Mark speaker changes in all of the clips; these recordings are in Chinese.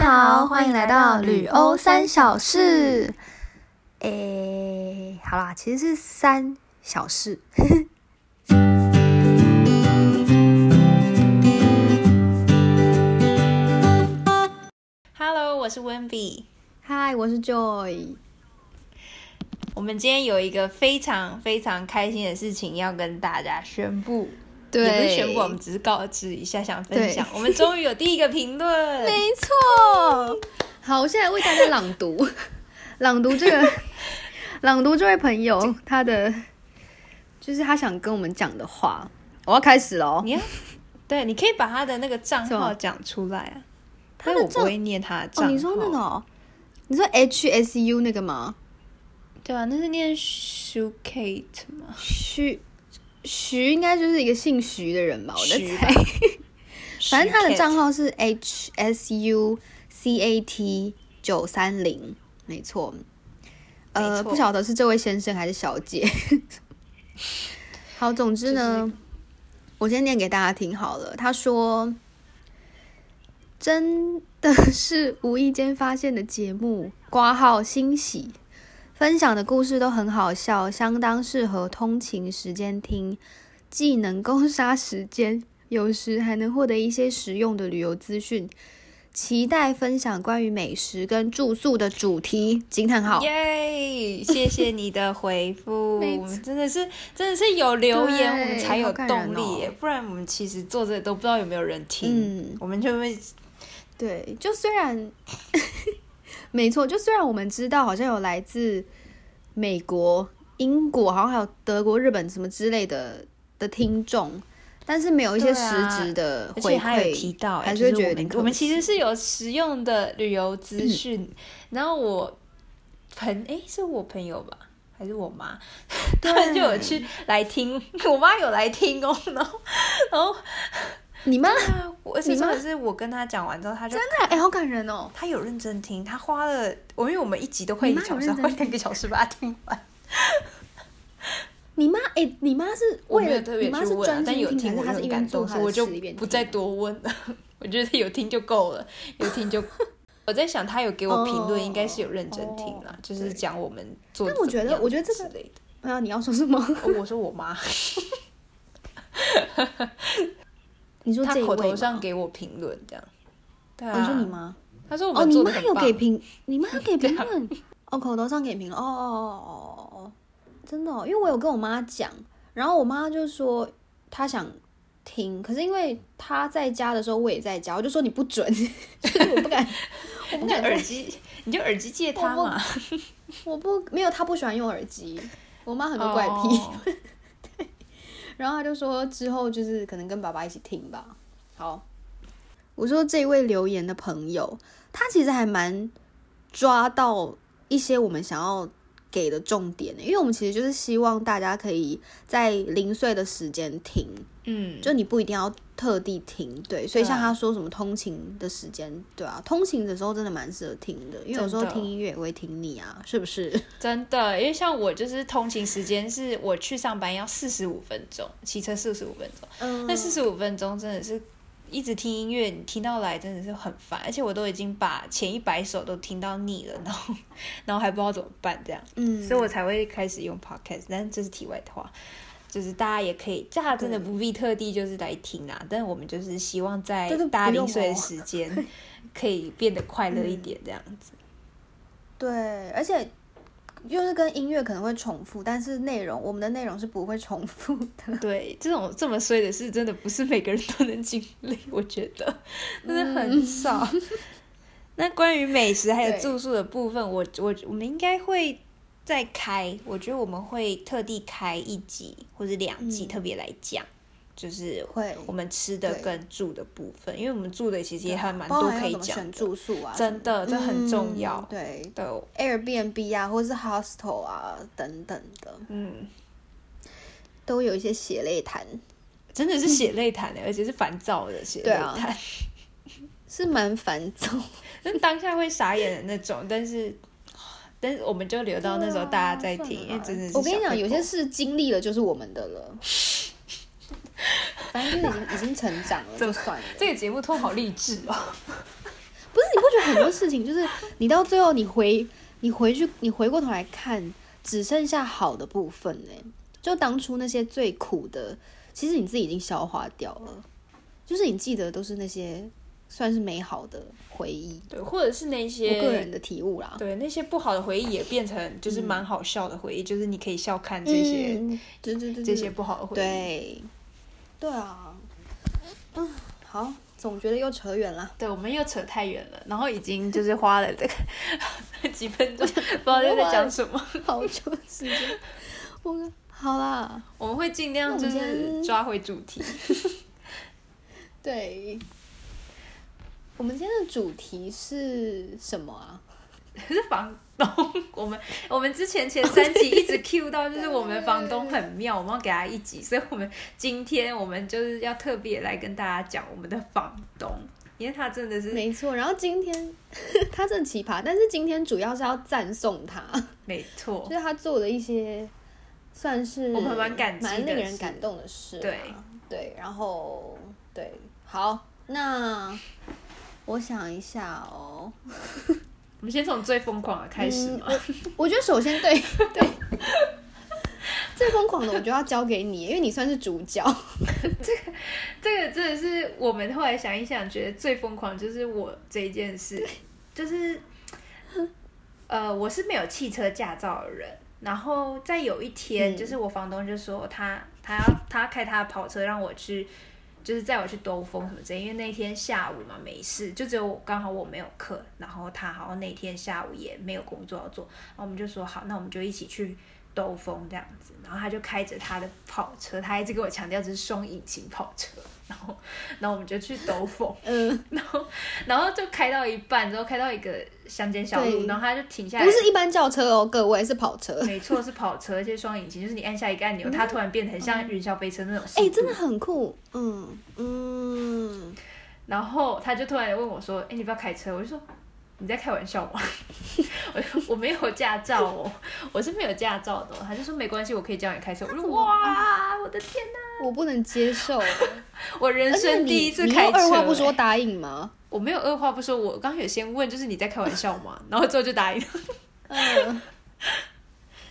Speaker 1: 好，欢迎来到旅欧三小事。诶，哎好啦，其实是三小事。
Speaker 2: Hello，我是温比。
Speaker 1: 嗨，我是 Joy。
Speaker 2: 我们今天有一个非常非常开心的事情要跟大家宣布，
Speaker 1: 对，
Speaker 2: 也不是宣布，我们只是告知一下，想分享。我们终于有第一个 评论，
Speaker 1: 没错。好，我现在为大家朗 读，朗读这个，朗读这位朋友他的，就是他想跟我们讲的话。我要开始喽。
Speaker 2: 你要对，你可以把他的那个账
Speaker 1: 什
Speaker 2: 号
Speaker 1: 么
Speaker 2: 讲出来啊。
Speaker 1: 他
Speaker 2: 但
Speaker 1: 的
Speaker 2: 我不
Speaker 1: 账
Speaker 2: 会念他的账
Speaker 1: 哦，
Speaker 2: 号。
Speaker 1: 你说那个、哦，你说 H S U 那个吗？
Speaker 2: 对啊，那是念 Shukate 吗？
Speaker 1: 徐徐应该就是一个姓徐的人吧，我在
Speaker 2: 徐吧
Speaker 1: 猜。反正他的
Speaker 2: Shukate
Speaker 1: 账号是 H S U C A T 九三零，没错。
Speaker 2: 没
Speaker 1: 呃，
Speaker 2: 错
Speaker 1: 不晓得是这位先生还是小姐。 好，总之呢，我先念给大家听好了。他说：“真的是无意间发现的节目，挂号欣喜。”分享的故事都很好笑，相当适合通勤时间听，既能够杀时间， 有时还能获得一些实用的旅游资讯。期待分享关于美食跟住宿的主题。惊叹号！
Speaker 2: 耶！谢谢你的回复，
Speaker 1: 没
Speaker 2: 我们真的是真的是有留言，
Speaker 1: 对
Speaker 2: 我们才有
Speaker 1: 好感人
Speaker 2: 动力耶，
Speaker 1: 哦
Speaker 2: 不然我们其实做这个都不知道有没有人听，
Speaker 1: 嗯，
Speaker 2: 我们就会
Speaker 1: 对，就虽然 没错，就虽然我们知道好像有来自美国、英国，好像还有德国、日本什么之类的的听众，但是没有一些
Speaker 2: 对
Speaker 1: 实
Speaker 2: 啊
Speaker 1: 质的
Speaker 2: 而
Speaker 1: 回
Speaker 2: 且
Speaker 1: 馈。
Speaker 2: 他有提到耶，哎
Speaker 1: 还是
Speaker 2: 哦
Speaker 1: 会
Speaker 2: 就是
Speaker 1: 觉得
Speaker 2: 我
Speaker 1: 有点
Speaker 2: 们
Speaker 1: 可惜
Speaker 2: 我们其实是有实用的旅游资讯，
Speaker 1: 嗯
Speaker 2: 然后我朋诶，是我朋友吧。还是我妈，他们就有去来听， 我妈有来听哦， 然后，然后，
Speaker 1: 你们
Speaker 2: 对啊，我而且
Speaker 1: 你妈
Speaker 2: 重点是我跟她讲完之后，她就
Speaker 1: 真的哎、好感人哦！
Speaker 2: 他有认真听，他花了我，因为我们一集都会一
Speaker 1: 你妈
Speaker 2: 个
Speaker 1: 有
Speaker 2: 小时，
Speaker 1: 认
Speaker 2: 花
Speaker 1: 真
Speaker 2: 两个小时把它听完。
Speaker 1: 你妈哎、你妈是
Speaker 2: 我
Speaker 1: 为
Speaker 2: 没有
Speaker 1: 了
Speaker 2: 特
Speaker 1: 你
Speaker 2: 别
Speaker 1: 妈
Speaker 2: 去
Speaker 1: 是
Speaker 2: 问、啊
Speaker 1: 专，
Speaker 2: 但有
Speaker 1: 心听，
Speaker 2: 听
Speaker 1: 还是她
Speaker 2: 我就是很
Speaker 1: 一
Speaker 2: 感
Speaker 1: 边
Speaker 2: 动，
Speaker 1: 做
Speaker 2: 所
Speaker 1: 还
Speaker 2: 以我
Speaker 1: 是
Speaker 2: 就
Speaker 1: 一边听
Speaker 2: 不再多问了。我觉得有听就够了，有听就。我在想，他有给我评论，
Speaker 1: 哦
Speaker 2: 应该是有认真听啦
Speaker 1: 哦
Speaker 2: 就是
Speaker 1: 对
Speaker 2: 讲我们做。
Speaker 1: 但我觉得我觉得这
Speaker 2: 之
Speaker 1: 个
Speaker 2: 类的。
Speaker 1: 啊，你要说什么？
Speaker 2: 哦，我说我 妈，
Speaker 1: 你说
Speaker 2: 她
Speaker 1: 这一
Speaker 2: 口
Speaker 1: 位
Speaker 2: 头
Speaker 1: 吗
Speaker 2: 上、给我评论这样。对
Speaker 1: 哦
Speaker 2: 啊，
Speaker 1: 你说你妈
Speaker 2: 她说我
Speaker 1: 哦，
Speaker 2: 们
Speaker 1: 你
Speaker 2: 做的
Speaker 1: 妈
Speaker 2: 很
Speaker 1: 有
Speaker 2: 棒。
Speaker 1: 给评，你妈有 给评论哦，口头上给评论哦哦哦哦哦哦，真的、哦，因为我有跟我妈讲，然后我妈就说她想听，可是因为她在家的时候我也在家，我就说你不准， 就是我不敢， 我不
Speaker 2: 你就
Speaker 1: 敢
Speaker 2: 耳
Speaker 1: 在，
Speaker 2: 机，你就耳机借她
Speaker 1: 我不
Speaker 2: 嘛。
Speaker 1: 我不没有，她不喜欢用耳机，我妈很多怪癖。
Speaker 2: 哦
Speaker 1: 然后他就说之后就是可能跟爸爸一起听吧。好，我说这位留言的朋友，他其实还蛮抓到一些我们想要给的重点的，因为我们其实就是希望大家可以在零碎的时间听，
Speaker 2: 嗯，
Speaker 1: 就你不一定要特地听，对。所以
Speaker 2: 对啊
Speaker 1: 像他说什么通勤的时间，对啊，通勤的时候真的蛮适合听的，因为有时候
Speaker 2: 真的
Speaker 1: 听音乐也会听腻啊，是不是？
Speaker 2: 真的，因为像我就是通勤时间是我去上班要四十五分钟，骑车四十五分钟，
Speaker 1: 嗯
Speaker 2: 那四十五分钟真的是一直听音乐，你听到来真的是很烦，而且我都已经把前一百首都听到腻了，然后然后还不知道怎么办这样，
Speaker 1: 嗯，
Speaker 2: 所以我才会开始用 podcast，但是这是题外话。就是大家也可以，大家真的不必特地就是来听啊，但我们就是希望在
Speaker 1: 真的不
Speaker 2: 大家
Speaker 1: 用
Speaker 2: 零碎的
Speaker 1: 哦嗯
Speaker 2: 时 间，可以变得快乐一点这样子。
Speaker 1: 对，而且就是跟音乐可能会重复，但是内容我们的内容是不会重复的。
Speaker 2: 对，这种这么衰的事，真的不是每个人都能经历，我觉得真的很少。 那关于美食还有
Speaker 1: 嗯对
Speaker 2: 住宿的部分，我我我们应该会再开，我觉得我们会特地开一集或者两集
Speaker 1: 嗯
Speaker 2: 特别来讲，就是
Speaker 1: 会
Speaker 2: 我们吃的
Speaker 1: 对
Speaker 2: 跟住的部分，因为我们住的其实也还蛮
Speaker 1: 包
Speaker 2: 多
Speaker 1: 含
Speaker 2: 可
Speaker 1: 要
Speaker 2: 以
Speaker 1: 怎么
Speaker 2: 讲
Speaker 1: 选
Speaker 2: 的
Speaker 1: 住宿啊，
Speaker 2: 真的这很重要
Speaker 1: 嗯对
Speaker 2: 对，
Speaker 1: ，Airbnb 啊，或是 hostel 啊等等的，
Speaker 2: 嗯，
Speaker 1: 都有一些血泪谈，
Speaker 2: 真的是血泪谈的，而且是烦躁的血
Speaker 1: 对
Speaker 2: 泪
Speaker 1: 啊
Speaker 2: 谈。
Speaker 1: 是蛮烦躁。
Speaker 2: 那当下会傻眼的那种，但是，但是我们就留到那时候大家再听，因为真的是
Speaker 1: 我跟你
Speaker 2: 小
Speaker 1: 讲，
Speaker 2: 配
Speaker 1: 有
Speaker 2: 播
Speaker 1: 些事经历了就是我们的 了，反正就是已经已经成长了，就算了。
Speaker 2: 这个节目通好励志哦，
Speaker 1: 不是你不觉得很多事情，就是你到最后你回你回去你回过头来看，只剩下好的部分呢、就当初那些最苦的，其实你自己已经消化掉了，就是你记得都是那些算是美好的回忆。
Speaker 2: 对，或者是那
Speaker 1: 我
Speaker 2: 些
Speaker 1: 个人的体悟啦，
Speaker 2: 对那些不好的回忆也变成就是蛮好笑的回忆，就是你可以笑看这些、
Speaker 1: 嗯，对对对，对
Speaker 2: 这些不好的回忆。，
Speaker 1: 对，对啊，嗯，好，总觉得又扯远了。
Speaker 2: 对，我们又扯太远了，然后已经就是花了这个几分 钟，不知道在讲什么。
Speaker 1: 好久的时间，我好啦，
Speaker 2: 我们会尽量就
Speaker 1: 那我们今
Speaker 2: 是
Speaker 1: 天
Speaker 2: 抓回主题。
Speaker 1: 对，我们今天的主题是什么啊？
Speaker 2: 可是房东，我们我们之前前三集一直 Q 到，就是我们房东很妙，我们要给他一集，所以我们今天我们就是要特别来跟大家讲我们的房东，因为他真的是
Speaker 1: 没错，然后今天 他真的奇葩，但是今天主要是要赞颂他，
Speaker 2: 没错
Speaker 1: 就，是他做的一些算是
Speaker 2: 哦我们蛮感激的
Speaker 1: 蛮令人
Speaker 2: 事
Speaker 1: 感动的事啊、
Speaker 2: 对
Speaker 1: 对，然后对，好，那我想一下哦，
Speaker 2: 我们先从最疯狂的开始嘛。
Speaker 1: 我觉得首先对 对。最疯狂的我就要交给你，因为你算是主角。
Speaker 2: 这个真的是我们后来想一想，觉得最疯狂就是我这一件事，就是呃，我是没有汽车驾照的人。然后在有一天，
Speaker 1: 嗯
Speaker 2: 就是我房东就说他他要他开他的跑车让我去，就是载我去兜风什么之类。因为那天下午嘛没事，就只有我刚好我没有课，然后他好像那天下午也没有工作要做，然后我们就说好，那我们就一起去兜风这样子。然后他就开着他的跑车，他一直跟我强调这是双引擎跑车。然后，然后我们就去兜风，
Speaker 1: 嗯，
Speaker 2: 然后，然后就开到一半之后，开到一个乡间小路，
Speaker 1: 对
Speaker 2: 然后他就停下来
Speaker 1: 不，是一般轿车哦，各位是跑车。
Speaker 2: 没错，是跑车，而且双引擎，就是你按下一个按钮，它突然变得很像云霄飞车那种速
Speaker 1: 嗯哎、
Speaker 2: 度。
Speaker 1: 真的很酷，嗯嗯，
Speaker 2: 然后他就突然问我说：“哎、你不要开车？”我就说：“你在开玩笑吗？” 我就我没有驾照哦，我是没有驾照的哦、他就说：“没关系，我可以教你开车。”我说：“哇，我的天哪、
Speaker 1: 我不能接 受。
Speaker 2: 我人
Speaker 1: 而且
Speaker 2: 生
Speaker 1: 你
Speaker 2: 第一次
Speaker 1: 你
Speaker 2: 开
Speaker 1: 又
Speaker 2: 车、
Speaker 1: 二话不
Speaker 2: 哎
Speaker 1: 说答应吗？
Speaker 2: 我没有二话不说，我刚刚有先问，就是你在开玩笑 吗？然后之后就答应，
Speaker 1: 嗯，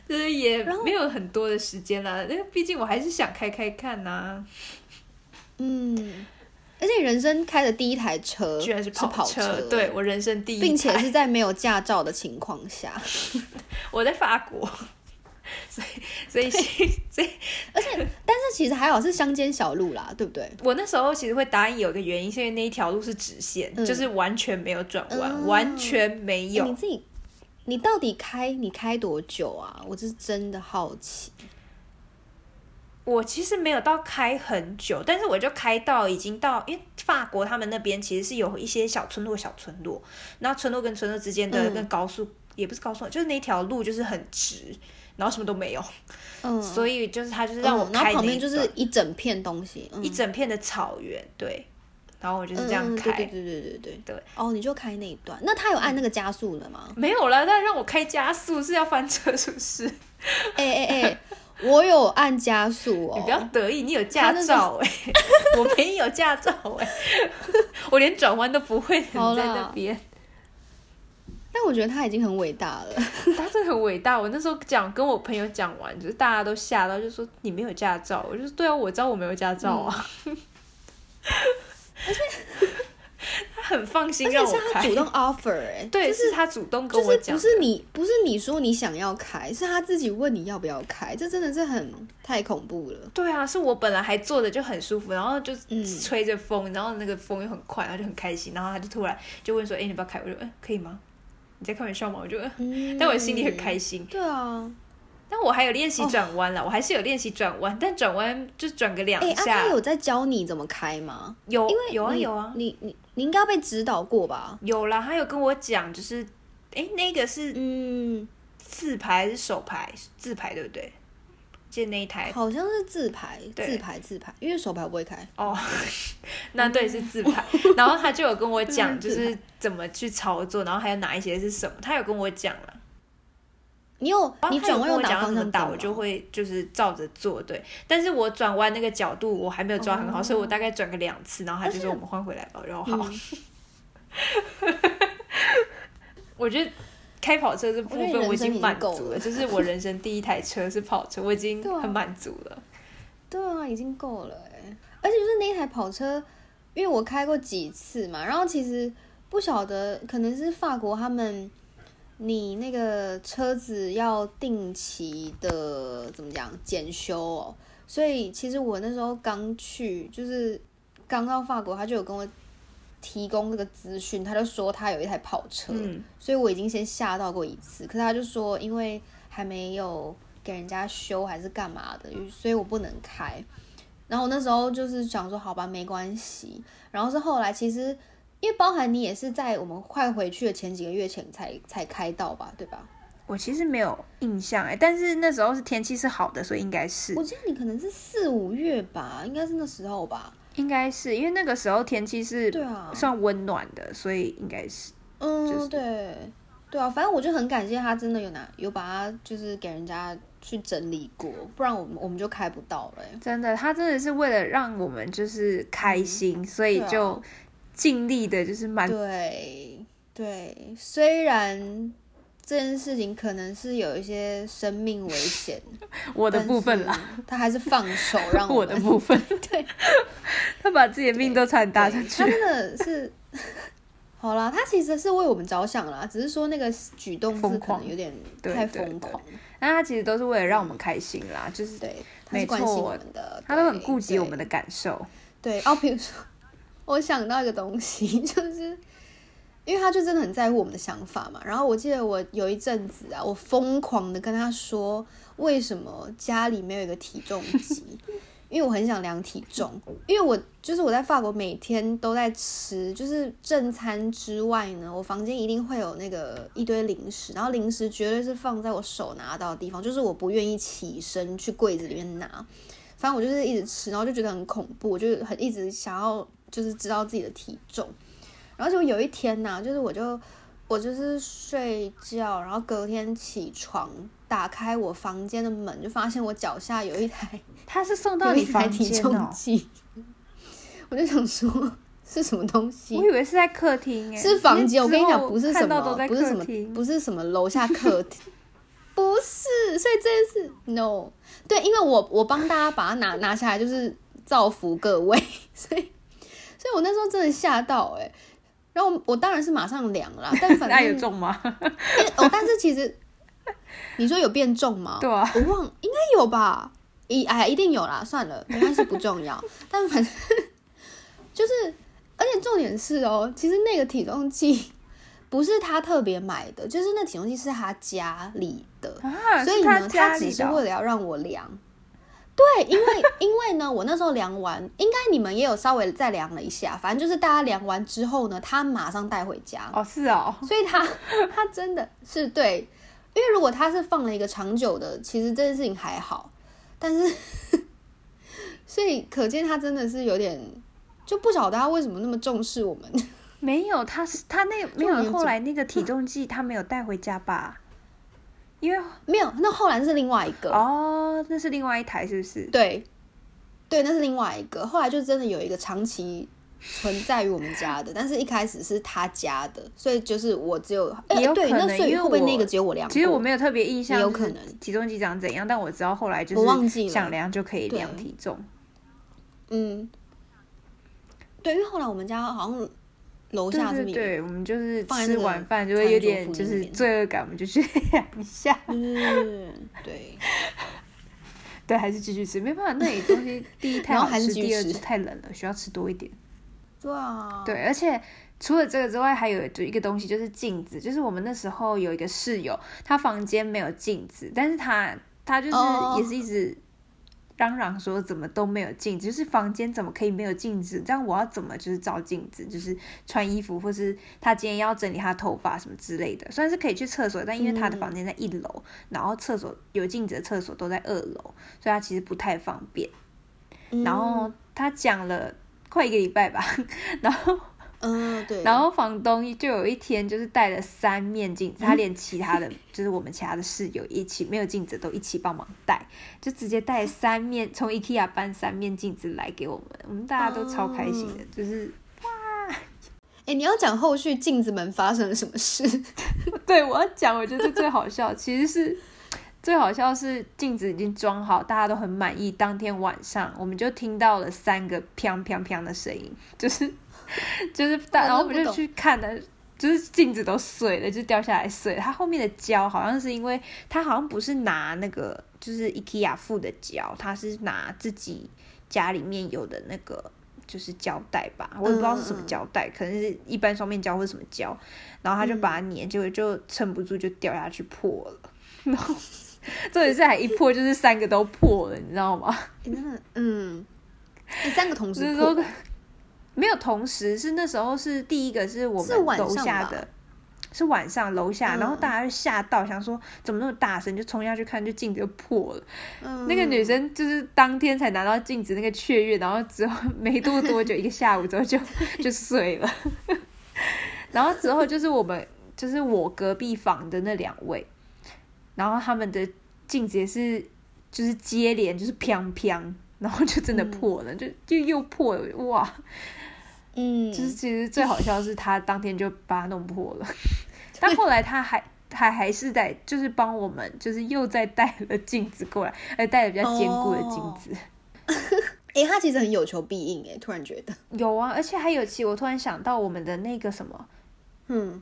Speaker 2: 就是也
Speaker 1: 然后
Speaker 2: 没有很多的时间啦，因为毕竟我还是想开开看啊呐、
Speaker 1: 嗯，而且人生开的第一台车
Speaker 2: 居然是
Speaker 1: 跑
Speaker 2: 车，对，我人生第一台，
Speaker 1: 并且是在没有驾照的情况下，
Speaker 2: 我在法国， 所以所以所以
Speaker 1: 但是其实还好是乡间小路啦，对不对？
Speaker 2: 我那时候其实会答应有一个原因，是因为那一条路是直线，
Speaker 1: 嗯
Speaker 2: 就是完全没有转弯，
Speaker 1: 哦
Speaker 2: 完全没
Speaker 1: 哎
Speaker 2: 有。
Speaker 1: 你自己，你到底开你开多久啊？我是真的好奇。
Speaker 2: 我其实没有到开很久，但是我就开到已经到，因为法国他们那边其实是有一些小村落、小村落，然后村落跟村落之间的
Speaker 1: 嗯
Speaker 2: 跟高速、也不是高速，就是那条路就是很直，然后什么都没有，
Speaker 1: 嗯，
Speaker 2: 所以就是他就是让我
Speaker 1: 嗯然
Speaker 2: 开
Speaker 1: 后
Speaker 2: 那
Speaker 1: 旁
Speaker 2: 一
Speaker 1: 边就
Speaker 2: 段
Speaker 1: 是一整片东西，嗯
Speaker 2: 一整片的草原，对，然后我就是这
Speaker 1: 嗯
Speaker 2: 样
Speaker 1: 嗯
Speaker 2: 开。
Speaker 1: 对对对对对对
Speaker 2: 对。
Speaker 1: 哦，你就开那一段，那他有按那个加速的 吗？
Speaker 2: 没有啦，那让我开加速是要翻车是不是？
Speaker 1: 哎哎哎，我有按加速
Speaker 2: 你不要
Speaker 1: 哦。
Speaker 2: 得意，你有驾照哎、 我没有驾照哎、 我连转弯都不会，你
Speaker 1: 好啦
Speaker 2: 在那边，
Speaker 1: 但我觉得他已经很伟大了。
Speaker 2: 他真的很伟大。我那时候讲跟我朋友讲完，就是大家都吓到，就说你没有驾照，我就说对啊，我知道我没有驾照啊。
Speaker 1: 嗯
Speaker 2: 他很放心
Speaker 1: 而
Speaker 2: 让
Speaker 1: 且
Speaker 2: 我
Speaker 1: 是他
Speaker 2: 开
Speaker 1: 主，动 offer 哎，
Speaker 2: 对，是他主动跟
Speaker 1: 就
Speaker 2: 我
Speaker 1: 是
Speaker 2: 讲
Speaker 1: 不，是你不是你说你想要开，是他自己问你要不要开，这真的是很太恐怖了。
Speaker 2: 对啊，是我本来还坐着就很舒服，然后就
Speaker 1: 嗯
Speaker 2: 吹着风，然后那个风又很快，然后就很开心，然后他就突然就问说：“哎、你不要开？”我就：“嗯、可以吗？你在开玩笑吗？”我就，嗯
Speaker 1: 嗯，
Speaker 2: 但我心里很开心。
Speaker 1: 对啊，
Speaker 2: 但我还有练
Speaker 1: 哦
Speaker 2: 习转弯啦，我还是有练习转弯，但转弯就转个两
Speaker 1: 哎，啊，
Speaker 2: 下
Speaker 1: 他，有在教你怎么开吗？
Speaker 2: 有
Speaker 1: 因为
Speaker 2: 有啊
Speaker 1: 你
Speaker 2: 有啊
Speaker 1: 你你你应该被指导过吧？
Speaker 2: 有啦，他有跟我讲，就是哎、那个是
Speaker 1: 嗯，
Speaker 2: 自排还是手排？自排对不对？就那一台
Speaker 1: 好像是自排
Speaker 2: 对
Speaker 1: 自排自排，因为手排我不会开。
Speaker 2: 哦， 那对是自 拍，然后他就有跟我 讲，就
Speaker 1: 自拍
Speaker 2: 是怎么去操作，然后还有哪一些是什么，他有跟我讲了。
Speaker 1: 你有
Speaker 2: 然后
Speaker 1: 你
Speaker 2: 他有
Speaker 1: 转弯
Speaker 2: 跟我
Speaker 1: 有
Speaker 2: 讲
Speaker 1: 哪
Speaker 2: 要
Speaker 1: 方
Speaker 2: 怎么
Speaker 1: 向
Speaker 2: 打，
Speaker 1: 打
Speaker 2: 我就会就是照着做，对。但是我转弯那个角度我还没有抓很好，
Speaker 1: 哦
Speaker 2: 所以我大嗯概转个两次，然后他就说我们换回来吧，然后好。 我觉得开跑车这部
Speaker 1: 我觉得
Speaker 2: 分
Speaker 1: 人
Speaker 2: 我已
Speaker 1: 生已
Speaker 2: 经
Speaker 1: 经
Speaker 2: 满
Speaker 1: 够
Speaker 2: 足
Speaker 1: 了
Speaker 2: 了，就是我人生第一台车是跑车，我已经
Speaker 1: 对啊
Speaker 2: 很满足了。
Speaker 1: 对啊，已经够了哎、而且就是那一台跑车，因为我开过几次嘛，然后其实不晓得，可能是法国他们，你那个车子要定期的怎么讲检修哦，所以其实我那时候刚去，就是刚到法国，他就有跟我提供这个资讯，他就说他有一台跑车，
Speaker 2: 嗯，
Speaker 1: 所以我已经先吓到过一次，可是他就说因为还没有给人家修还是干嘛的，所以我不能开。然后我那时候就是想说，好吧，没关系。然后是后来其实，因为包含你也是在我们快回去的前几个月前才才开到吧，对吧？
Speaker 2: 我其实没有印象哎、但是那时候是天气是好的，所以应该是
Speaker 1: 我记得你可能是四五月吧，应该是那时候吧。
Speaker 2: 应该是因为那个时候天气是
Speaker 1: 对啊，
Speaker 2: 算温暖的，所以应该是
Speaker 1: 嗯，
Speaker 2: 就是
Speaker 1: 对，对啊，反正我就很感谢他，真的有拿有把它就是给人家去整理过，不然我们我们就开不到了欸、
Speaker 2: 真的，他真的是为了让我们就是开心，所以
Speaker 1: 对啊
Speaker 2: 就尽力的就是满
Speaker 1: 对对，虽然这件事情可能是有一些生命危险，
Speaker 2: 我的部分啦，
Speaker 1: 啦，他还是放 手让
Speaker 2: 我的
Speaker 1: 们
Speaker 2: 部 分，
Speaker 1: 对，
Speaker 2: 他把自己的命都差点搭上
Speaker 1: 对
Speaker 2: 去
Speaker 1: 他。真的是，好啦，他其实是为我们着想啦，只是说那个举动
Speaker 2: 疯
Speaker 1: 是可能
Speaker 2: 狂
Speaker 1: 有点
Speaker 2: 对
Speaker 1: 太
Speaker 2: 对
Speaker 1: 疯
Speaker 2: 对
Speaker 1: 狂，
Speaker 2: 那他其实都是为了让我们开心啦，就是
Speaker 1: 对，他是
Speaker 2: 没
Speaker 1: 关心
Speaker 2: 错
Speaker 1: 我们的，
Speaker 2: 他都很
Speaker 1: 对
Speaker 2: 顾及我
Speaker 1: 对
Speaker 2: 们的感受。
Speaker 1: 对，哦，比如说，我想到一个东西， 就是因为他就真的很在乎我们的想法嘛。然后我记得我有一阵子啊，我疯狂的跟他说，为什么家里没有一个体重机？ 因为我很想量体重，因为我就是我在法国每天都在吃，就是正餐之外呢，我房间一定会有那个一堆零食，然后零食绝对是放在我手拿到的地方，就是我不愿意起身去柜子里面拿。反正我就是一直吃，然后就觉得很恐怖，我就很一直想要就是知道自己的体重。然后就有一天呐、就是我就我就是睡觉，然后隔天起床，打开我房间的门，就发现我脚下有一台
Speaker 2: 他是送到
Speaker 1: 有一
Speaker 2: 你
Speaker 1: 台
Speaker 2: 房
Speaker 1: 体
Speaker 2: 间
Speaker 1: 重
Speaker 2: 哦、
Speaker 1: 计，我就想说 是什么东西
Speaker 2: 我。以为是在客厅欸诶、
Speaker 1: 是房间，我跟你讲，不是什
Speaker 2: 看到都
Speaker 1: 么，
Speaker 2: 在
Speaker 1: 不是
Speaker 2: 客
Speaker 1: 什么，
Speaker 2: 厅，
Speaker 1: 不是什么楼下客厅， 不是，所以这件事 no，对，因为我我帮大家把它拿拿下来，就是造福各位，所以所以我那时候真的吓到哎、欸然后我我当然是马上凉啦，但反
Speaker 2: 那
Speaker 1: 正
Speaker 2: 有中吗？
Speaker 1: 因为哦，但是其实你说有变重吗？
Speaker 2: 对啊，
Speaker 1: 我忘应该有吧，一哎一定有啦，算了，没关系，不重要。 但反正就是，而且重点是哦，其实那个体重计不是他特别买的，就是那体重计是他家里的，
Speaker 2: 啊，
Speaker 1: 所
Speaker 2: 是
Speaker 1: 以
Speaker 2: 他
Speaker 1: 呢，
Speaker 2: 家
Speaker 1: 只
Speaker 2: 里
Speaker 1: 是
Speaker 2: 的哦、
Speaker 1: 为了要让我量。对，因为 因为呢，我那时候量完，应该你们也有稍微再量了一下，反正就是大家量完之后呢，他马上带回家。
Speaker 2: 哦，是哦，
Speaker 1: 所以他他真的是对，因为如果他是放了一个长久的，其实这件事情还好，但是 所以可见他真的是有点就不晓得他为什么那么重视我们，
Speaker 2: 没有，他是他那没
Speaker 1: 重点
Speaker 2: 有
Speaker 1: 是
Speaker 2: 后来那个体 重计他没有带回家吧？因为
Speaker 1: 没有，那后来是另外一个，
Speaker 2: 哦，那是另外一台是不是？
Speaker 1: 对对，那是另外一个，后来就真的有一个长期。存在于我们家的，但是一开始是他家的，所以就是我只有，哎、
Speaker 2: 也有
Speaker 1: 对，
Speaker 2: 可
Speaker 1: 那
Speaker 2: 能
Speaker 1: 所以
Speaker 2: 因
Speaker 1: 会
Speaker 2: 为
Speaker 1: 不会那
Speaker 2: 我
Speaker 1: 个只有我量过？
Speaker 2: 其实我没有特别印象，
Speaker 1: 也有可能
Speaker 2: 体重计长怎样，但我知道后来就
Speaker 1: 我忘记了
Speaker 2: 是想量就可以
Speaker 1: 对
Speaker 2: 量体重。
Speaker 1: 嗯，对，因为后来我们家好像楼
Speaker 2: 对
Speaker 1: 下这
Speaker 2: 对
Speaker 1: 边有
Speaker 2: 对，我们就是
Speaker 1: 放在
Speaker 2: 吃
Speaker 1: 那个
Speaker 2: 完饭就会有点
Speaker 1: 餐桌服
Speaker 2: 就
Speaker 1: 里
Speaker 2: 是
Speaker 1: 面
Speaker 2: 罪恶感，我们就去量一下。
Speaker 1: 嗯，对，
Speaker 2: 对，还是继续吃，没办法，那里东 西第一太
Speaker 1: 然后
Speaker 2: 好
Speaker 1: 还是
Speaker 2: 吃，
Speaker 1: 继续
Speaker 2: 第二
Speaker 1: 吃
Speaker 2: 就太冷了，需要吃多一点。
Speaker 1: 对啊，
Speaker 2: 对，而且除了这个之外，还有就一个东西就是镜子，就是我们那时候有一个室友，他房间没有镜子，但是他他就是
Speaker 1: 哦
Speaker 2: 也是一直嚷嚷说怎么都没有镜子，就是房间怎么可以没有镜子？这样我要怎么就是照镜子，就是穿衣服，或是他今天要整理他头发什么之类的。虽然是可以去厕所，但因为他的
Speaker 1: 嗯
Speaker 2: 房间在一楼，然后厕所有镜子的厕所都在二楼，所以他其实不太方便。
Speaker 1: 嗯，
Speaker 2: 然后他讲了快一个礼拜吧，然后。
Speaker 1: 嗯，对，
Speaker 2: 然后房东就有一天就是带了三面镜子，他连其他的就是我们其他的室友一起没有镜子都一起帮忙带，就直接带三面从 IKEA 搬三面镜子来给我们，我们大家都超开心的，就是
Speaker 1: 哎、你要讲后续镜子们发生了什么事？哎
Speaker 2: 对，我要讲，我觉得最好笑，其实是最好笑是镜子已经装好，大家都很满意。当天晚上，我们就听到了三个“砰砰砰”的声音，就是就是大，
Speaker 1: 我
Speaker 2: 然
Speaker 1: 都
Speaker 2: 后我
Speaker 1: 不
Speaker 2: 们就
Speaker 1: 懂
Speaker 2: 去看的。就是镜子都碎了，就掉下来碎了。它后面的胶好像是因为它好像不是拿那个就是 IKEA 附的胶，它是拿自己家里面有的那个就是胶带吧，我也不知道是什么
Speaker 1: 嗯嗯
Speaker 2: 胶带，可能是一般双面胶或者什么胶。然后他就把它
Speaker 1: 嗯
Speaker 2: 粘，结果就撑不住就掉下去破了。然后重点是还一破就是三个都破了，你知道吗？
Speaker 1: 哎、真的，嗯，哎、三个同
Speaker 2: 就
Speaker 1: 时
Speaker 2: 是
Speaker 1: 破
Speaker 2: 说没有同时，是那时候是第一个是我
Speaker 1: 是晚
Speaker 2: 们
Speaker 1: 上
Speaker 2: 楼下
Speaker 1: 吧
Speaker 2: 的。是晚上楼下，
Speaker 1: 嗯
Speaker 2: 然后大家就吓到，想说怎么那么大声，就冲下去看，就镜子就破了。
Speaker 1: 嗯，
Speaker 2: 那个女生就是当天才拿到镜子那个雀跃，然后之后没多多久，一个下午之后就就碎了。 然后之后就是我们，就是我隔壁房的那两位，然后他们的镜子也是就是接连就是砰砰，然后就真的破了，就就又破了，哇！
Speaker 1: 嗯，
Speaker 2: 就是其实最好笑的是他当天就把它弄破 了，但后来他还。他还是在，就是帮我们，就是又再带了镜子过来，而带了比较坚固的镜子。
Speaker 1: 哎、他其实很有求必应，哎，突然觉得，
Speaker 2: 有啊，而且还有其，我突然想到我们的那个什么
Speaker 1: 嗯，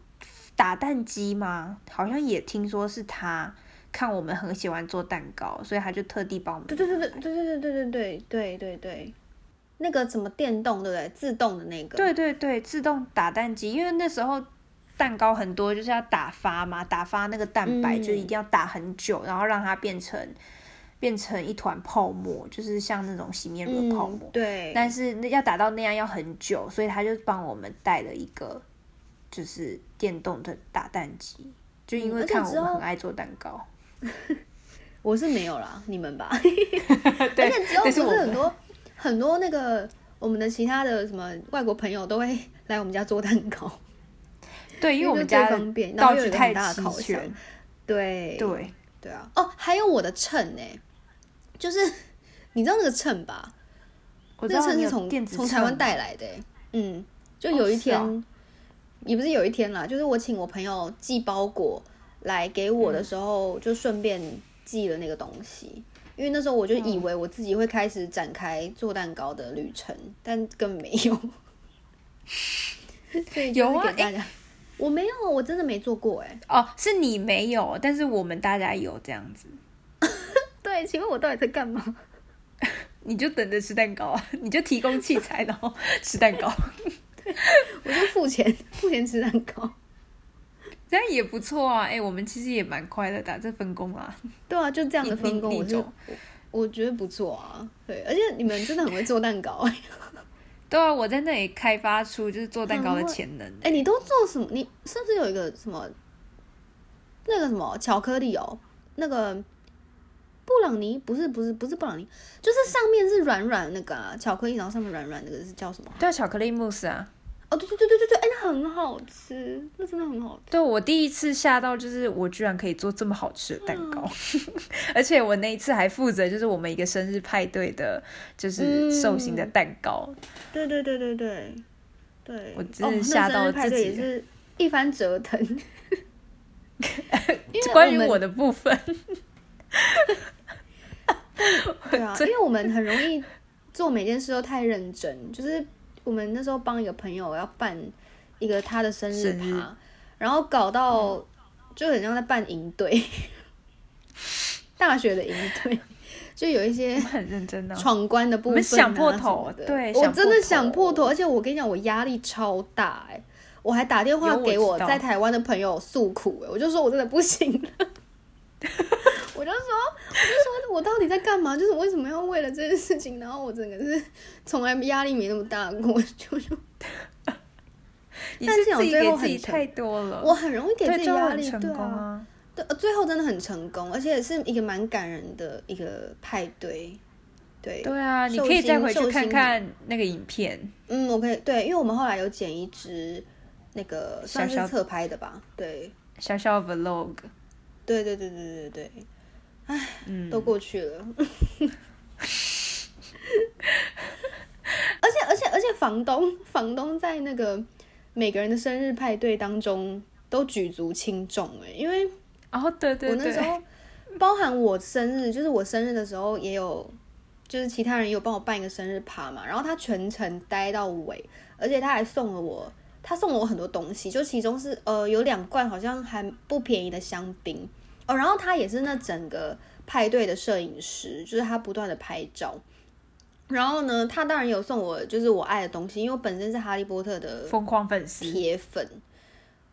Speaker 2: 打蛋机吗？好像也听说是他看我们很喜欢做蛋糕，所以他就特地帮我们。
Speaker 1: 对对对对对对对对对对对对，那个什么电动对不对？自动的那个，
Speaker 2: 对对对，自动打蛋机，因为那时候蛋糕很多就是要打发嘛，打发那个蛋
Speaker 1: 嗯
Speaker 2: 白就是一定要打很久，然后让它变成变成一团泡沫，就是像那种洗面乳的泡沫
Speaker 1: 嗯，。对，
Speaker 2: 但是那要打到那样要很久，所以他就帮我们带了一个就是电动的打蛋机，就因
Speaker 1: 嗯
Speaker 2: 为
Speaker 1: 而且
Speaker 2: 看
Speaker 1: 之
Speaker 2: 我们
Speaker 1: 后
Speaker 2: 很爱做蛋 糕，
Speaker 1: 我是没有啦，你们吧。
Speaker 2: 对
Speaker 1: 而且之后不
Speaker 2: 但是
Speaker 1: 是
Speaker 2: 我们
Speaker 1: 很多很多那个我们的其他的什么外国朋友都会 来我们家做蛋糕，
Speaker 2: 对，因为我们
Speaker 1: 就最
Speaker 2: 家
Speaker 1: 方便然后
Speaker 2: 道
Speaker 1: 又有
Speaker 2: 具
Speaker 1: 一个
Speaker 2: 太
Speaker 1: 很大的
Speaker 2: 齐
Speaker 1: 烤
Speaker 2: 全
Speaker 1: 箱，对
Speaker 2: 对，
Speaker 1: 对啊，哦，还有我的秤呢、欸就是 你知道那个秤吧？
Speaker 2: 我知
Speaker 1: 那个
Speaker 2: 道
Speaker 1: 秤
Speaker 2: 你
Speaker 1: 是
Speaker 2: 有
Speaker 1: 从
Speaker 2: 电子
Speaker 1: 从台
Speaker 2: 秤
Speaker 1: 湾
Speaker 2: 吗
Speaker 1: 带来的欸、嗯，就有一天、
Speaker 2: 哦是
Speaker 1: 也不是有一天啦，就是我请我朋友寄包裹来给我
Speaker 2: 嗯
Speaker 1: 的时候，就顺便寄了那个东西。因为那时候我就
Speaker 2: 嗯
Speaker 1: 以为我自己会开始展开做蛋糕的旅程，但根本没有。所以就
Speaker 2: 有啊
Speaker 1: 是给大家，我没有，我真的没做过哎、
Speaker 2: 哦，是你没有，但是我们大家有这样子，
Speaker 1: 对，请问我到底在干嘛？
Speaker 2: 你就等着吃蛋糕啊， 你就提供器材，然后吃蛋糕，
Speaker 1: 我就付钱，付钱吃蛋糕。
Speaker 2: 这样也不错啊。哎、我们其实也蛮快乐的啊、这分工啊。
Speaker 1: 对啊，就这样的分工，
Speaker 2: 另
Speaker 1: 我
Speaker 2: 另一
Speaker 1: 是我
Speaker 2: 种
Speaker 1: 我觉得不错啊。对，而且你们真的很会做蛋糕、哎，
Speaker 2: 对啊，我在那里开发出就是做蛋糕的潜能。
Speaker 1: 哎，你都做什么？你是不是有一个什么那个什么巧克力哦？那个布朗尼不是不是不是布朗尼，就是上面是软软那个、啊、巧克力，然后上面软软那个是叫什么啊？
Speaker 2: 对啊，巧克力慕斯啊。
Speaker 1: 哦，对对对对对对，哎，那很好吃，那真的很好吃。
Speaker 2: 对，我第一次吓到，就是我居然可以做这么好吃的蛋糕， 而且我那一次还负责就是我们一个生日派对的，就是寿星的蛋糕。
Speaker 1: 对对对对对对，
Speaker 2: 我
Speaker 1: 哦
Speaker 2: 真的吓
Speaker 1: 那
Speaker 2: 到
Speaker 1: 生日
Speaker 2: 了
Speaker 1: 派
Speaker 2: 自
Speaker 1: 对也
Speaker 2: 己
Speaker 1: 是一番折腾。 因为
Speaker 2: 关于
Speaker 1: 们
Speaker 2: 我的部分，
Speaker 1: 对啊，因为我们很容易做每件事都太认真。 就是我们那时候帮一个朋友要办一个他的生日
Speaker 2: 生日
Speaker 1: 趴，然后搞到就很像在办营队， 大学的营队， 就有一些
Speaker 2: 我 很认真的、
Speaker 1: 闯关的部
Speaker 2: 嗯我
Speaker 1: 分、啊什么的、
Speaker 2: 们想破头对
Speaker 1: 我
Speaker 2: 想
Speaker 1: 真的
Speaker 2: 破
Speaker 1: 想破
Speaker 2: 头
Speaker 1: 头，而且我跟你讲，我压力超大哎、我还打电话
Speaker 2: 有我
Speaker 1: 给
Speaker 2: 知
Speaker 1: 我
Speaker 2: 道
Speaker 1: 在台湾的朋友诉苦、欸，我就说我真的不行了， 我就说，我就说我到底在干嘛？就是为什么要为了这件事情？然后我整个是从来压力没那么大过，就就
Speaker 2: 你
Speaker 1: 但
Speaker 2: 是
Speaker 1: 是我
Speaker 2: 自己
Speaker 1: 最
Speaker 2: 给
Speaker 1: 后
Speaker 2: 自己
Speaker 1: 很成
Speaker 2: 太多了，
Speaker 1: 我很容易给自
Speaker 2: 对，
Speaker 1: 己
Speaker 2: 就
Speaker 1: 压
Speaker 2: 很
Speaker 1: 力，
Speaker 2: 成
Speaker 1: 对
Speaker 2: 功
Speaker 1: 啊，
Speaker 2: 啊。
Speaker 1: 对，呃最后真的很成功，而且是一个蛮感人的一个派对，对，
Speaker 2: 对啊，你
Speaker 1: 寿
Speaker 2: 可以再
Speaker 1: 星
Speaker 2: 回
Speaker 1: 寿
Speaker 2: 去看
Speaker 1: 星
Speaker 2: 看那个影片。
Speaker 1: 嗯，我可以对，因为我们后来有剪一支那个算是
Speaker 2: 小小
Speaker 1: 侧拍的吧，对，
Speaker 2: 小小 vlog，
Speaker 1: 对对对对对对，
Speaker 2: 嗯，
Speaker 1: 都过去了。 而且而且而且，房东房东在那个每个人的生日派对当中都举足轻重哎、因为
Speaker 2: 哦，对对
Speaker 1: 我那时
Speaker 2: 对，
Speaker 1: 候包含我生日，就是我生日的时候也有，就是其他人也有帮我办一个生日趴嘛，然后他全程待到尾，而且他还送了我，他送了我很多东西，就其中是呃有两罐好像还不便宜的香槟哦，然后他也是那整个派对的摄影师，就是他不断的拍照。然后呢，他当然有送我就是我爱的东西，因为我本身是哈利波特的
Speaker 2: 疯狂粉丝，
Speaker 1: 铁粉，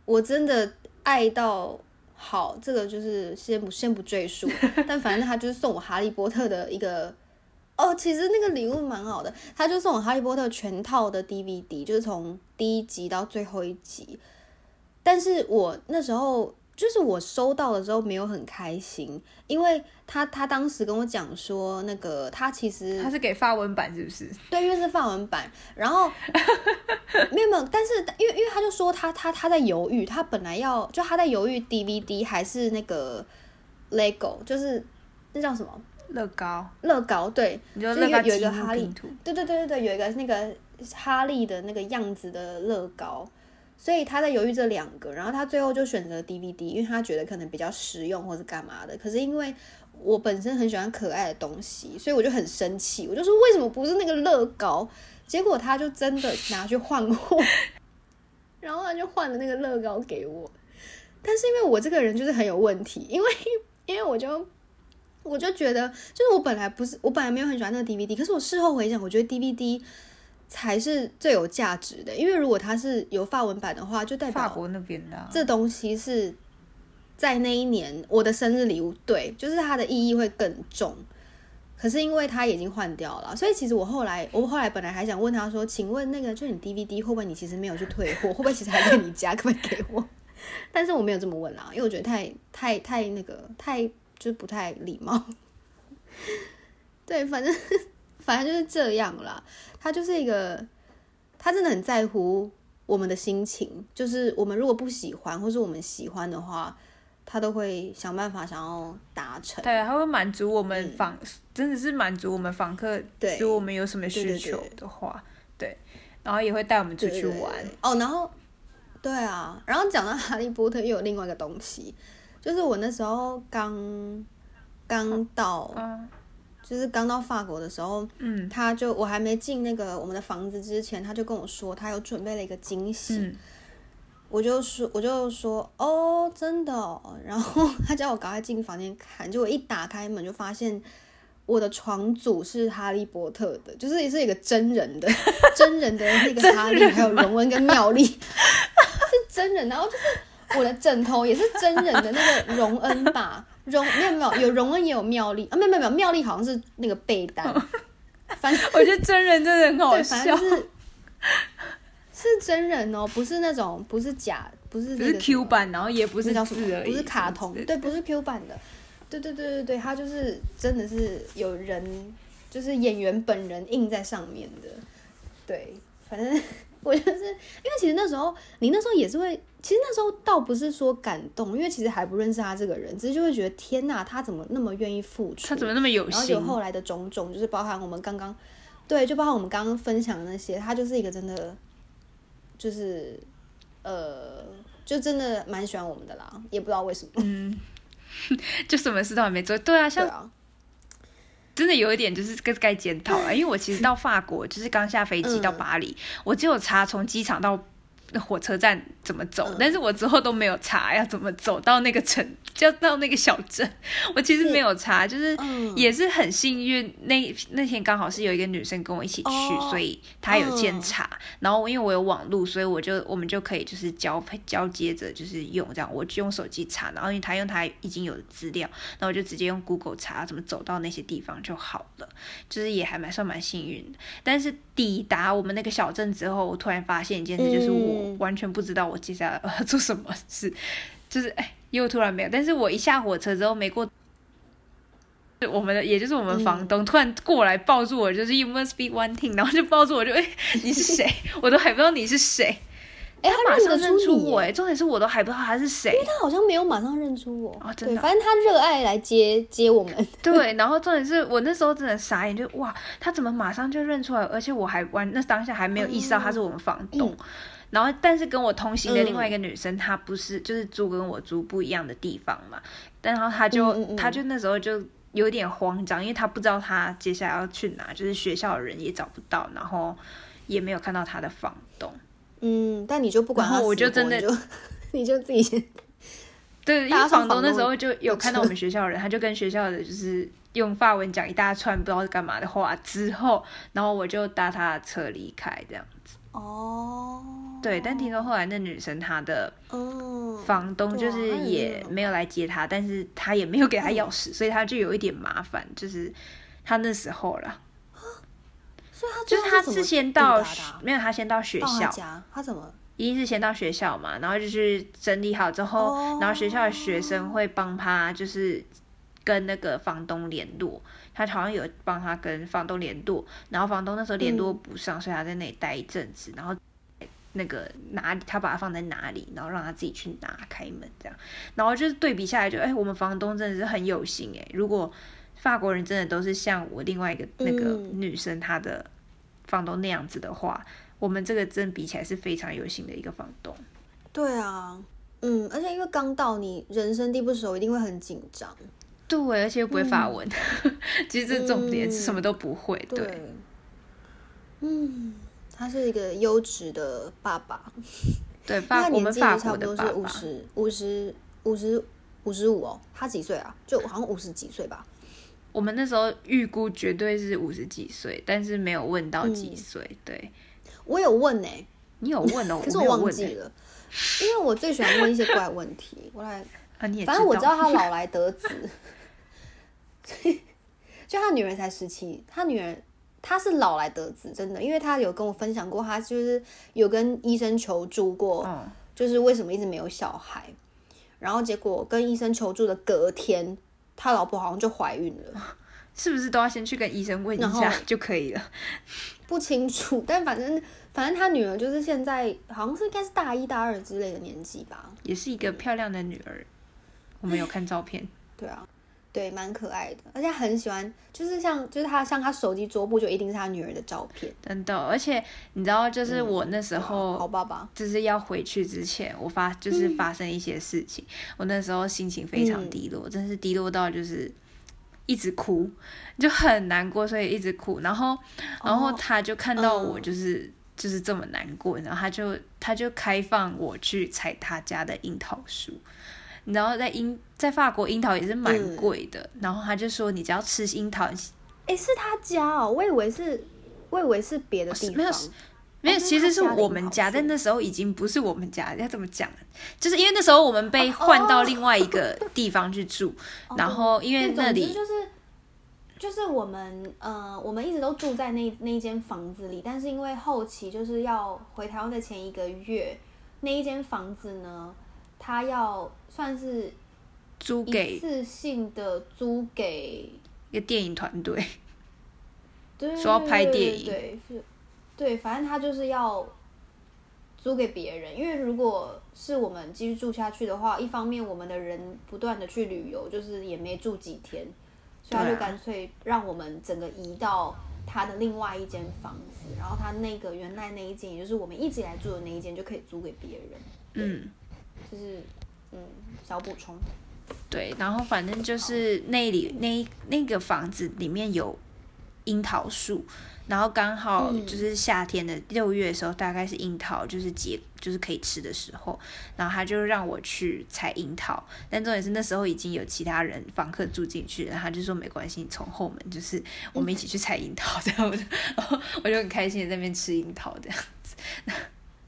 Speaker 1: 我真的爱到好，这个就是先不先不赘 述，但反正他就是送我哈利波特的一个。哦，其实那个礼物蛮好的，他就送我《哈利波特》全套的 DVD，就是从第一集到最后一集。但是我那时候就是我收到的时候没有很开心，因为他他当时跟我讲说，那个他其实
Speaker 2: 他是给法文版是不是？
Speaker 1: 对，因为是范文版，然后没有没有，但是因为因为他就说他他他在犹豫，他本来要就他在犹豫 DVD 还是那个 LEGO，就是那叫什么
Speaker 2: 乐高，
Speaker 1: 乐高，对
Speaker 2: 你就
Speaker 1: 就
Speaker 2: 乐
Speaker 1: 有
Speaker 2: 高
Speaker 1: 有一
Speaker 2: 积
Speaker 1: 个
Speaker 2: 木
Speaker 1: 哈利
Speaker 2: 拼图，
Speaker 1: 对对对对对，有一个那个哈利的那个样子的乐高，所以他在犹豫这两个，然后他最后就选择 DVD，因为他觉得可能比较实用或是干嘛的。可是因为我本身很喜欢可爱的东西，所以我就很生气，我就说为什么不是那个乐高？结果他就真的拿去换货， 然后他就换了那个乐高给我。但是因为我这个人就是很有问题，因为因为我就我就觉得，就是我本来不是我本来没有很喜欢那个 DVD，可是我事后回想，我觉得 DVD 才是最有价值的，因为如果它是有法文版的话，就代
Speaker 2: 法
Speaker 1: 表
Speaker 2: 国那边的啊、
Speaker 1: 这东西是在那一年我的生日礼物，对，就是它的意义会更重。可是因为它已经换掉了，所以其实我后来，我后来本来还想问他说，请问那个就你 DVD 会不会你其实没有去退货，会不会其实还在你家，可不可以给我？ 但是我没有这么问啦，因为我觉得太太太那个太就是不太礼貌。对，反正反正就是这样啦。他就是一个，他真的很在乎我们的心情，就是我们如果不喜欢，或是我们喜欢的话，他都会想办法想要达成。
Speaker 2: 对，他会满足我们访，真的是满足我们访客，
Speaker 1: 嗯对
Speaker 2: 如果我们有什么
Speaker 1: 对
Speaker 2: 需
Speaker 1: 对
Speaker 2: 求的话，对，然后也会带我们出去
Speaker 1: 对对
Speaker 2: 玩，
Speaker 1: 对哦。然后，对啊，然后讲到哈利波特，又有另外一个东西，就是我那时候刚刚到，就是刚到法国的时候，
Speaker 2: 嗯
Speaker 1: 他就我还没进那个我们的房子之前，他就跟我说他有准备了一个惊喜，
Speaker 2: 嗯，
Speaker 1: 我就说，我就说，哦，真的哦。然后 他叫我赶快进房间看，结果一打开门就发现我的床组是哈利波特的，就是也是一个真人 的真人的那个哈利，还有荣恩跟妙丽是真人，然后就是我的枕头也是真人的那个荣恩吧，荣没有没有有荣恩也有妙丽啊，没有没有没有妙丽好像是那个被单，反正
Speaker 2: 我觉得真人真的很好
Speaker 1: 对，反
Speaker 2: 笑
Speaker 1: 正，就是是真人哦，不是那种不是假，不是
Speaker 2: 不
Speaker 1: 那
Speaker 2: 是
Speaker 1: 个
Speaker 2: Q
Speaker 1: 版，
Speaker 2: 版，然后也不
Speaker 1: 不
Speaker 2: 是
Speaker 1: 叫什
Speaker 2: 字
Speaker 1: 么，
Speaker 2: 而已，
Speaker 1: 不是卡通，
Speaker 2: 什么之类的
Speaker 1: 对，不是 Q 版的，对对对对对，它就是真的是有人，就是演员本人印在上面的，对，反正 我就是因为其实那时候你那时候也是会，其实那时候倒不是说感动，因为其实还不认识他这个人，只是就会觉得天呐，他怎么那么愿意付出？
Speaker 2: 他怎么那么有
Speaker 1: 然后
Speaker 2: 心
Speaker 1: 有？后来的种种，就是包含我们刚刚，对，就包含我们刚刚分享的那些，他就是一个真的，就是呃，就真的蛮喜欢我们的啦，也不知道为什么。
Speaker 2: 就什么事都还没做，对啊，像
Speaker 1: 对啊，
Speaker 2: 真的有一点就是该该检讨啊了，因为我其实到法国就是刚下飞机
Speaker 1: 嗯
Speaker 2: 到巴黎，我只有查从机场到火车站怎么
Speaker 1: 嗯
Speaker 2: 走， 但是我之后都没有查要怎么走到那个城，就到那个小镇，我其实没有查，就是
Speaker 1: 嗯
Speaker 2: 也是很幸运，那那天刚好是有一个女生跟我一起去，
Speaker 1: 哦
Speaker 2: 所以她有监
Speaker 1: 嗯
Speaker 2: 察，然后因为我有网路，所以我就我们就可以就是交配交接着就是用这样，我就用手机查，然后因为她用她已经有的资料，那我就直接用 Google 查怎么走到那些地方就好了，就是也还蛮算蛮幸运的。但是抵达我们那个小镇之后，我突然发现一件事，就是
Speaker 1: 嗯
Speaker 2: 我完全不知道我接下来要做什么事，就是哎又突然没有，但是我一下火车之后没过就我们的，也就是我们
Speaker 1: 嗯
Speaker 2: 房东、突然过来抱住我，就是 You must be one thing，然后就抱住我就，哎、你是谁？ 我都还不知道你是谁，
Speaker 1: 哎、
Speaker 2: 马
Speaker 1: 他认
Speaker 2: 上
Speaker 1: 得
Speaker 2: 认
Speaker 1: 出
Speaker 2: 出
Speaker 1: 你
Speaker 2: 我、
Speaker 1: 耶，
Speaker 2: 哎，重点是我都还不知道他是谁，
Speaker 1: 他好像没有马上认出我。
Speaker 2: 哦真
Speaker 1: 对，
Speaker 2: 的啊
Speaker 1: 反正他热爱来接接我 们。
Speaker 2: 对，然后重点是我那时候真的傻眼，就
Speaker 1: 嗯
Speaker 2: 哇，他怎么马上就认出来？而且我还完那当下还没有意识到他是我们房东。然后但是跟我同行的另外一个女生，她不是就是住跟我住不一样的地方嘛，但然后她就、
Speaker 1: 嗯嗯嗯
Speaker 2: 她就那时候就有点慌张，因为她不知道她接下来要去哪，就是学校的人也找不到，然后也没有看到她的房东。
Speaker 1: 嗯，但你就不管
Speaker 2: 然
Speaker 1: 他
Speaker 2: 后
Speaker 1: 死活，
Speaker 2: 我就真的
Speaker 1: 你就 你就自己 先
Speaker 2: 对，因
Speaker 1: 大
Speaker 2: 为
Speaker 1: 家上
Speaker 2: 房东
Speaker 1: 房
Speaker 2: 那
Speaker 1: 东
Speaker 2: 时候就有看到
Speaker 1: 车
Speaker 2: 我们学校的人，他就跟学校的就是用法文讲一大串不知道是干嘛的话，之后，然后我就搭他的车离开这样。
Speaker 1: 哦，
Speaker 2: 对，但听说后来那女生她的
Speaker 1: 嗯，
Speaker 2: 房东
Speaker 1: 对
Speaker 2: 就是
Speaker 1: 啊那
Speaker 2: 也
Speaker 1: 你
Speaker 2: 没有来接她，但是她也没有给她钥匙，所以她就有一点麻烦，就是她那时候了，
Speaker 1: 所以他
Speaker 2: 就
Speaker 1: 最
Speaker 2: 是
Speaker 1: 后
Speaker 2: 她
Speaker 1: 怎
Speaker 2: 是
Speaker 1: 么
Speaker 2: 先
Speaker 1: 抵
Speaker 2: 到
Speaker 1: 达的
Speaker 2: 学
Speaker 1: 啊
Speaker 2: 没有，她先到学
Speaker 1: 到他
Speaker 2: 校，
Speaker 1: 家，他怎么？
Speaker 2: 一定是先到学校嘛，然后就是整理好之后，
Speaker 1: 哦
Speaker 2: 然后学校的学生会帮他就是跟那个房东联络，他好像有帮他跟房东联络，然后房东那时候联络不上，所以他在那里待一阵子，然后那个哪里他把它放在哪里，然后让他自己去拿开门这样，然后就是对比下来就，哎，我们房东真的是很有心哎、如果法国人真的都是像我另外一个那个
Speaker 1: 嗯
Speaker 2: 女生她的房东那样子的话，我们这个真比起来是非常有心的一个房东。
Speaker 1: 对啊，嗯，而且因为刚到你人生地不熟，一定会很紧张。
Speaker 2: 对，而且又不会法文， 其实这是重点
Speaker 1: 嗯
Speaker 2: 什么都不会。对，
Speaker 1: 对，嗯，他是一个优质的爸爸，
Speaker 2: 对，
Speaker 1: 因为
Speaker 2: 法
Speaker 1: 他
Speaker 2: 我
Speaker 1: 年
Speaker 2: 们
Speaker 1: 纪
Speaker 2: 法
Speaker 1: 也差
Speaker 2: 国
Speaker 1: 不
Speaker 2: 的
Speaker 1: 多
Speaker 2: 爸
Speaker 1: 是五
Speaker 2: 爸，
Speaker 1: 十五十五十五十五哦，他几岁啊？就好像五十几岁吧。
Speaker 2: 我们那时候预估绝对是五十几岁，但是没有问到几
Speaker 1: 嗯
Speaker 2: 岁。对
Speaker 1: 我有问呢、欸
Speaker 2: 你有问哦，
Speaker 1: 可是
Speaker 2: 我没
Speaker 1: 我
Speaker 2: 有
Speaker 1: 忘
Speaker 2: 问
Speaker 1: 记
Speaker 2: 欸
Speaker 1: 了，因为我最喜欢问一些怪问题。我来
Speaker 2: 啊，你也
Speaker 1: 反正我知道他老来得子，所以就他女儿才十七，他女儿他是老来得子，真的，因为他有跟我分享过，他就是有跟医生求助过，
Speaker 2: 嗯，
Speaker 1: 就是为什么一直没有小孩，然后结果跟医生求助的隔天，他老婆好像就怀孕了，
Speaker 2: 是不是都要先去跟医生问一
Speaker 1: 然
Speaker 2: 下
Speaker 1: 后
Speaker 2: 就可以了？
Speaker 1: 不清楚，但反正反正他女儿就是现在好像是应该是大一大二之类的年纪吧，
Speaker 2: 也是一个漂亮的女儿，我们有看照片。
Speaker 1: 对啊，对，蛮可爱的，而且很喜欢，就是像就是他像他手机桌布就一定是他女儿的照片，啊
Speaker 2: 真的，而且你知道，就是我那时候、
Speaker 1: 好爸爸，
Speaker 2: 就是要回去之前，我发就是发生一些事情，我那时候心情非常低落，真是低落到就是一直哭，就很难过，所以一直哭。然后，然后他就看到我
Speaker 1: 哦嗯
Speaker 2: 就是、就是这么难过，然后他就他就开放我去采他家的樱桃树。你知道在英在法国樱桃也是蛮
Speaker 1: 嗯
Speaker 2: 贵的，然后他就说你只要吃樱桃，
Speaker 1: 哎、是他家哦，我以为是，我以为是别的地
Speaker 2: 哦没有
Speaker 1: 方，
Speaker 2: 没有，
Speaker 1: 哦那
Speaker 2: 其
Speaker 1: 他
Speaker 2: 实是
Speaker 1: 家的
Speaker 2: 我
Speaker 1: 樱
Speaker 2: 们
Speaker 1: 桃
Speaker 2: 家，
Speaker 1: 树
Speaker 2: 但那时候已经不是我们家，要怎么讲啊？就是因为那时候我们被换
Speaker 1: 哦
Speaker 2: 到另外一个地方去住，然后因为
Speaker 1: 对哦
Speaker 2: 那
Speaker 1: 总之
Speaker 2: 里
Speaker 1: 就是就是我们呃，我们一直都住在那那一间房子里，但是因为后期就是要回台湾的前一个月，那一间房子呢，他要算是
Speaker 2: 租
Speaker 1: 一
Speaker 2: 给
Speaker 1: 次性的租给
Speaker 2: 一个电影团队，
Speaker 1: 对，
Speaker 2: 说要拍电影
Speaker 1: 对，是，对，反正他就是要租给别人，因为如果是我们继续住下去的话，一方面我们的人不断的去旅游，就是也没住几天，所以他
Speaker 2: 对啊
Speaker 1: 就干脆让我们整个移到他的另外一间房子，然后他那个原来那一间，也就是我们一直以来住的那一间，就可以租给别人，
Speaker 2: 嗯，
Speaker 1: 就是嗯，小补充，
Speaker 2: 对，然后反正就是那里那那个房子里面有樱桃树，然后刚好
Speaker 1: 嗯
Speaker 2: 就是夏天的六月的时候，大概是樱桃就是结就是可以吃的时候，然后他就让我去采樱桃，但重点是那时候已经有其他人房客住进去了，他就说没关系，你从后门就是我们一起去采樱桃，这样我就 然后我就很开心的在那边吃樱桃，这样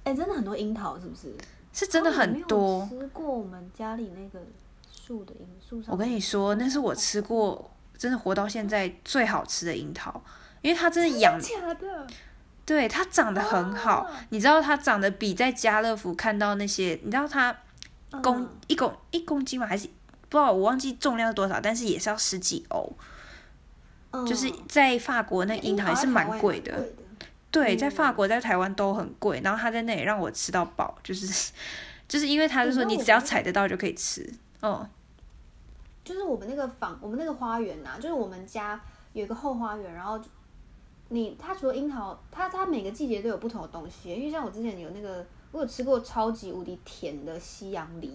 Speaker 1: 哎、真的很多樱桃是不是？
Speaker 2: 是真的
Speaker 1: 啊我没
Speaker 2: 很
Speaker 1: 有
Speaker 2: 多。
Speaker 1: 吃过我们家里那个树的樱树上，
Speaker 2: 我跟你说，那是我吃过真的活到现在最好吃的樱桃，因为它真的养，
Speaker 1: 假的？
Speaker 2: 对它长得很好。你知道它长得比在家乐福看到那些，你知道它公、
Speaker 1: 嗯
Speaker 2: 一公一公斤嘛，还是不知道我忘记重量是多少，但是也是要十几欧，
Speaker 1: 嗯
Speaker 2: 就是在法国那樱桃也是蛮贵的。对，在法国在台湾都很贵，然后他在那里让我吃到饱，就是就是因为他就
Speaker 1: 你
Speaker 2: 说
Speaker 1: 知道
Speaker 2: 你
Speaker 1: 我
Speaker 2: 只要
Speaker 1: 们
Speaker 2: 采得到就可以吃，嗯。
Speaker 1: 就是我们那个房，我们那个花园呐、啊就是我们家有一个后花园，然后就你它除了樱桃，它它每个季节都有不同的东西。因为像我之前有那个我有吃过超级无敌甜的西洋梨，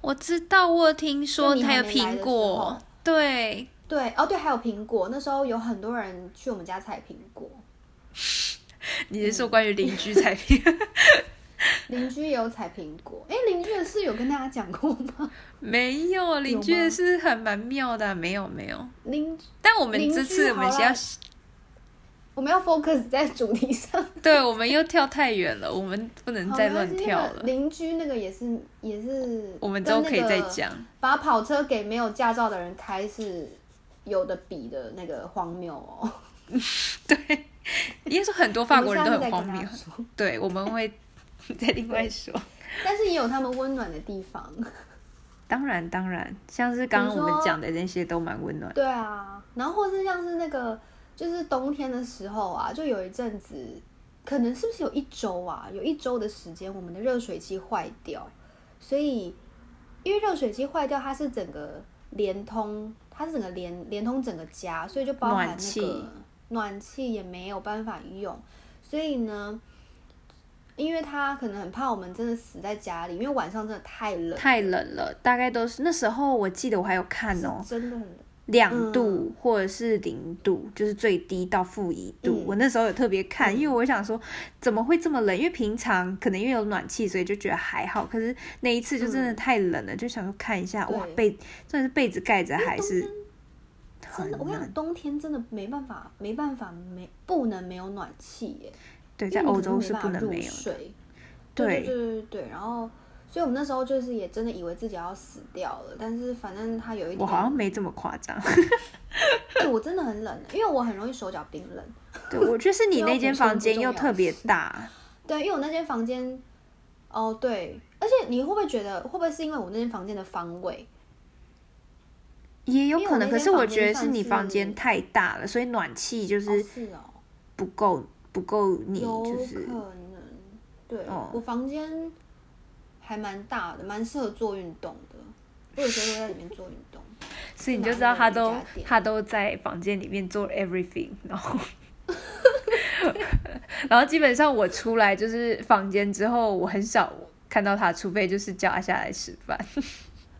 Speaker 2: 我知道，我有听说
Speaker 1: 就你
Speaker 2: 还有
Speaker 1: 还没来
Speaker 2: 苹
Speaker 1: 的时
Speaker 2: 果
Speaker 1: 候，
Speaker 2: 对，
Speaker 1: 对，哦对，还有苹果。那时候有很多人去我们家采苹果，
Speaker 2: 你
Speaker 1: 嗯
Speaker 2: 是说关于邻居才 品？
Speaker 1: 邻居也有采苹果。哎，邻居的事有跟大家讲过吗？
Speaker 2: 没有，邻居
Speaker 1: 吗
Speaker 2: 的是很蛮妙的啊、没有没有。
Speaker 1: 邻居，
Speaker 2: 但我们
Speaker 1: 邻
Speaker 2: 这
Speaker 1: 居
Speaker 2: 次我们
Speaker 1: 好啊
Speaker 2: 要
Speaker 1: 啦，我们要 focus 在主题 上，
Speaker 2: 对，我们又跳太远了，我们不能
Speaker 1: 好
Speaker 2: 再
Speaker 1: 没关
Speaker 2: 乱
Speaker 1: 系
Speaker 2: 跳
Speaker 1: 那个
Speaker 2: 了。
Speaker 1: 邻居那个也是也是，
Speaker 2: 我们都可以再。讲。
Speaker 1: 把跑车给没有驾照的人开是有的比的那个荒谬哦。
Speaker 2: 应该说很多法国人都
Speaker 1: 我
Speaker 2: 很
Speaker 1: 们下
Speaker 2: 荒
Speaker 1: 次再跟
Speaker 2: 谬
Speaker 1: 他，说
Speaker 2: 对，我们会再另外说。
Speaker 1: 但是也有他们温暖的地方。
Speaker 2: 当然当然，像是刚刚我们讲的那些都蛮温暖。
Speaker 1: 对啊，然后或是像是那个，就是冬天的时候啊，就有一阵子，可能是不是有一周啊，有一周的时间，我们的热水器坏掉，所以因为热水器坏掉，它是整个连通，它是整个连连通整个家，所以就包含
Speaker 2: 暖
Speaker 1: 那
Speaker 2: 气
Speaker 1: 个暖气也没有办法用，所以呢。因为他可能很怕我们真的死在家里，因为晚上真的太冷，
Speaker 2: 太冷了，大概都是那时候，我记得我还有看哦、
Speaker 1: 真的很冷。嗯
Speaker 2: 两度或者是零度，就是最低到负一度。
Speaker 1: 嗯
Speaker 2: 我那时候有特别看，因为我想说怎么会这么冷？因为平常可能因为有暖气，所以就觉得还好。可是那一次就真的太冷了，就想说看一下，
Speaker 1: 嗯对
Speaker 2: 哇，被真的是被子盖着还是很
Speaker 1: 真的，我跟你
Speaker 2: 冷。
Speaker 1: 讲，冬天真的没办法，没办法，没不能没有暖气耶。
Speaker 2: 对，
Speaker 1: 因为
Speaker 2: 在
Speaker 1: 你
Speaker 2: 欧
Speaker 1: 可
Speaker 2: 洲
Speaker 1: 没
Speaker 2: 是
Speaker 1: 办
Speaker 2: 不
Speaker 1: 法
Speaker 2: 能
Speaker 1: 入
Speaker 2: 没有的。
Speaker 1: 睡。对
Speaker 2: 对
Speaker 1: 对对对对。然后，所以我们那时候就是也真的以为自己要死掉了，但是反正他有一天，
Speaker 2: 我好像没这么夸张。
Speaker 1: 哎、我真的很冷，因为我很容易手脚冰冷。
Speaker 2: 对，我觉 得是你那间房间
Speaker 1: 啊
Speaker 2: 又特别大，
Speaker 1: 对，因为我那间房间，哦对，而且你会不会觉得，会不会是因为我那间房间的方位？
Speaker 2: 也有
Speaker 1: 因为
Speaker 2: 可
Speaker 1: 我
Speaker 2: 能。
Speaker 1: 那
Speaker 2: 可
Speaker 1: 间
Speaker 2: 是我
Speaker 1: 房间
Speaker 2: 觉得
Speaker 1: 算
Speaker 2: 是你房间
Speaker 1: 是
Speaker 2: 太大了，所以暖气就
Speaker 1: 哦
Speaker 2: 是
Speaker 1: 是哦，
Speaker 2: 不够不够你
Speaker 1: 有
Speaker 2: 就是
Speaker 1: 可能。对，
Speaker 2: 哦
Speaker 1: 我房间还蛮大的，蛮适合做运动的。我有时候会在里面做运 动。
Speaker 2: 所以
Speaker 1: 是
Speaker 2: 你就
Speaker 1: 蛮
Speaker 2: 知道
Speaker 1: 有
Speaker 2: 他
Speaker 1: 瑜
Speaker 2: 都
Speaker 1: 伽垫
Speaker 2: 他都在房间里面做 everything，然后 然后基本上我出来就是房间之后，我很少看到他，除非就是叫他下来吃饭。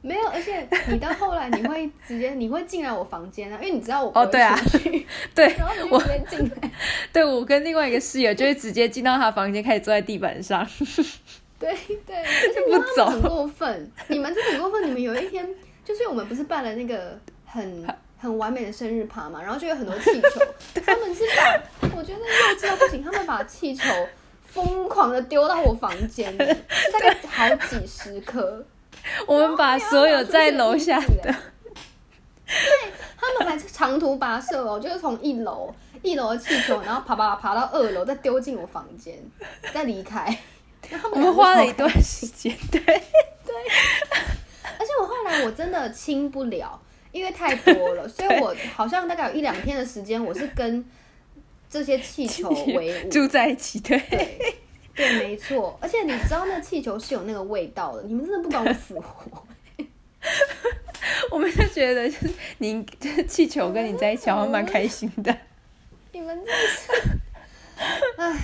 Speaker 1: 没有，而且你到后来你会直接你会进来我房间啊，因为你知道我
Speaker 2: 哦对啊
Speaker 1: 不会出去
Speaker 2: 对
Speaker 1: 然后你就直接进来，
Speaker 2: 对我跟另外一个室友就会直接进到他房间，开始坐在地板上。
Speaker 1: 哦对对， 而且你知道他们很过分，你们真的很过分，你们有一天就是我们不是办了那个很很完美的生日趴嘛，然后就有很多气 球，他们是把我觉得幼稚到不行，他们把气球疯狂的丢到我房 间，是大概好几十颗，哦啊
Speaker 2: 我们把所有在楼下的，
Speaker 1: 他们还是长途跋涉哦，就是从一楼一楼的气球，然后爬爬爬到二楼，再丢进我房间，再离开。 然后
Speaker 2: 我
Speaker 1: 他们
Speaker 2: 们
Speaker 1: 两个
Speaker 2: 花了
Speaker 1: 超
Speaker 2: 一段 时间，对，
Speaker 1: 而且我后来我真的清不了，因为太多 了，所以我好像大概有一两天的时间，我是跟这些气球为伍。
Speaker 2: 住在一起，对。
Speaker 1: 对，对，没错。而且你知道那气球是有那个味道的，你们真的不管我死活。
Speaker 2: 我们就觉得就是你就是气球跟你在一起，好像蛮开心的。
Speaker 1: 你们真的是，唉，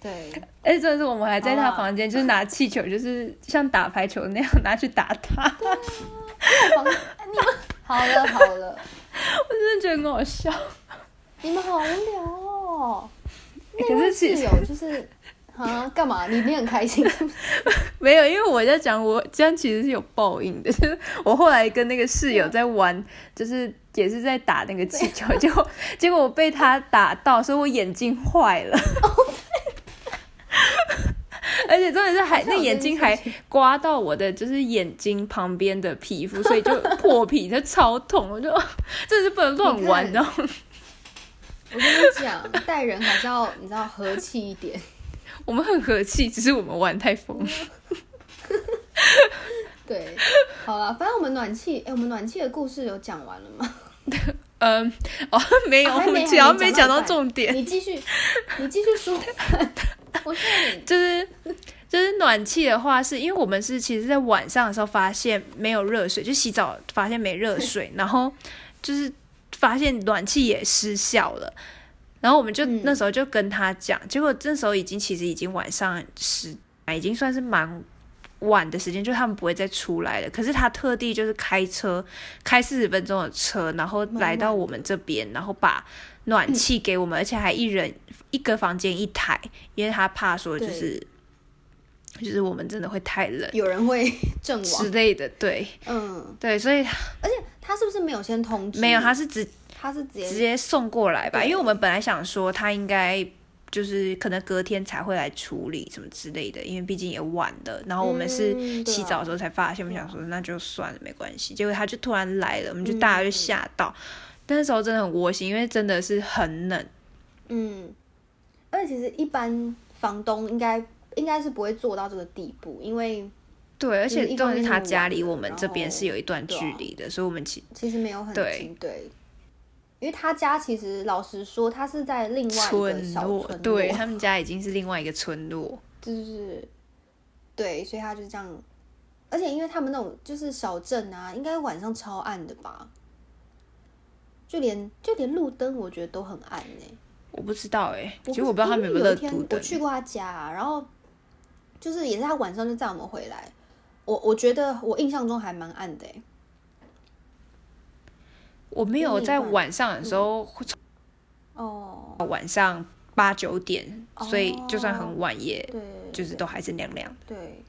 Speaker 1: 对，
Speaker 2: 哎，真的是我们还在
Speaker 1: 好啊
Speaker 2: 他
Speaker 1: 啦
Speaker 2: 房间，就是拿气球，就是像打排球那样 拿去打他，
Speaker 1: 房你们好了好了，
Speaker 2: 我真的觉得很好笑。
Speaker 1: 你们好无聊哦。
Speaker 2: 欸
Speaker 1: 那
Speaker 2: 可
Speaker 1: 位
Speaker 2: 是
Speaker 1: 室
Speaker 2: 其实
Speaker 1: 友哦就是啊，干嘛？你你很开心是不是？
Speaker 2: 没有，因为我在讲我这样其实是有报应的， 就是我后来跟那个室友在玩，就是也是在打那个气球， 结果结果我被他打到，所以我眼睛坏了。
Speaker 1: 哦
Speaker 2: 而且真的是还
Speaker 1: 好像
Speaker 2: 那
Speaker 1: 有
Speaker 2: 眼
Speaker 1: 这件
Speaker 2: 睛
Speaker 1: 事
Speaker 2: 还
Speaker 1: 情
Speaker 2: 刮到我的就是眼睛旁边的皮肤，所以就破皮， 就超痛，我就 真的是不能乱玩
Speaker 1: 你看
Speaker 2: 然 后
Speaker 1: 我跟你讲，待人还是要你知道和气一点。
Speaker 2: 我们很和气，只是我们玩太疯了。
Speaker 1: 对，好了，反正我们暖气，哎、我们暖气的故事有讲完 了吗？
Speaker 2: 嗯，哦， 没有，
Speaker 1: 啊还
Speaker 2: 我
Speaker 1: 没
Speaker 2: 们
Speaker 1: 还
Speaker 2: 只要
Speaker 1: 没
Speaker 2: 没
Speaker 1: 讲
Speaker 2: 讲
Speaker 1: 到
Speaker 2: 到
Speaker 1: 一半
Speaker 2: 重点。
Speaker 1: 你继 续，你继续说。 我说你，
Speaker 2: 就是就是暖气的话是，因为我们是其实在晚上的时候发现没有热水，就洗澡发现没热水， 然后就是发现暖气也失效了。然后我们就、
Speaker 1: 嗯
Speaker 2: 那时候就跟他讲，结果这时候已经其实已经晚上十已经算是蛮晚的时间，就他们不会再出来了。可是他特地就是开车开四十分钟的车，然后来到我们这边，然后把暖气给我们，而且还一人一个房间一台，因为他怕说就是就是我们真的会太冷
Speaker 1: 有人会阵
Speaker 2: 之
Speaker 1: 亡。
Speaker 2: 类的。对
Speaker 1: 嗯，
Speaker 2: 对，所以
Speaker 1: 而且他是不是没有先通知？
Speaker 2: 没有，他是只
Speaker 1: 他是直接
Speaker 2: 直接送过来吧，
Speaker 1: 对
Speaker 2: 因为我们本来想说他应该就是可能隔天才会来处理什么之类的，因为毕竟也晚了。然后我们是
Speaker 1: 嗯对啊啊
Speaker 2: 洗澡的时候才发现，我们想说那就算了，没关系。结果他就突然来了，我们就大家就吓到。那时候真的很窝心，因为真的是很冷，
Speaker 1: 嗯，而且其实一般房东应该应该是不会做到这个地步，因为
Speaker 2: 对，而
Speaker 1: 就是
Speaker 2: 且
Speaker 1: 一
Speaker 2: 重
Speaker 1: 方
Speaker 2: 点
Speaker 1: 面
Speaker 2: 是他
Speaker 1: 那么
Speaker 2: 家
Speaker 1: 晚
Speaker 2: 离
Speaker 1: 了
Speaker 2: 我们
Speaker 1: 然
Speaker 2: 这边是
Speaker 1: 后
Speaker 2: 有一段
Speaker 1: 对
Speaker 2: 距
Speaker 1: 啊
Speaker 2: 离的，所以我们其
Speaker 1: 其实没有很
Speaker 2: 对
Speaker 1: 近，对。因为他家其实老实说，他是在另外一个
Speaker 2: 村
Speaker 1: 小
Speaker 2: 落，
Speaker 1: 村
Speaker 2: 对
Speaker 1: 落
Speaker 2: 他们家已经是另外一个村落，
Speaker 1: 就是对，所以他就这样。而且因为他们那种就是小镇啊，应该晚上超暗的吧？就连就连路灯，我觉得都很暗呢、
Speaker 2: 我不知道哎、
Speaker 1: 我
Speaker 2: 其实我不知道他
Speaker 1: 因
Speaker 2: 们有
Speaker 1: 为
Speaker 2: 没
Speaker 1: 有
Speaker 2: 热
Speaker 1: 一天
Speaker 2: 度
Speaker 1: 我
Speaker 2: 灯。
Speaker 1: 去过他家、然后就是也是他晚上就载我们回来。我我觉得我印象中还蛮暗的、欸，
Speaker 2: 我没有
Speaker 1: 另一
Speaker 2: 在
Speaker 1: 半
Speaker 2: 晚上的时候会
Speaker 1: 哦，
Speaker 2: 晚上八九点，所以就算很晚也
Speaker 1: 对，
Speaker 2: 就是都还是凉凉。
Speaker 1: 对，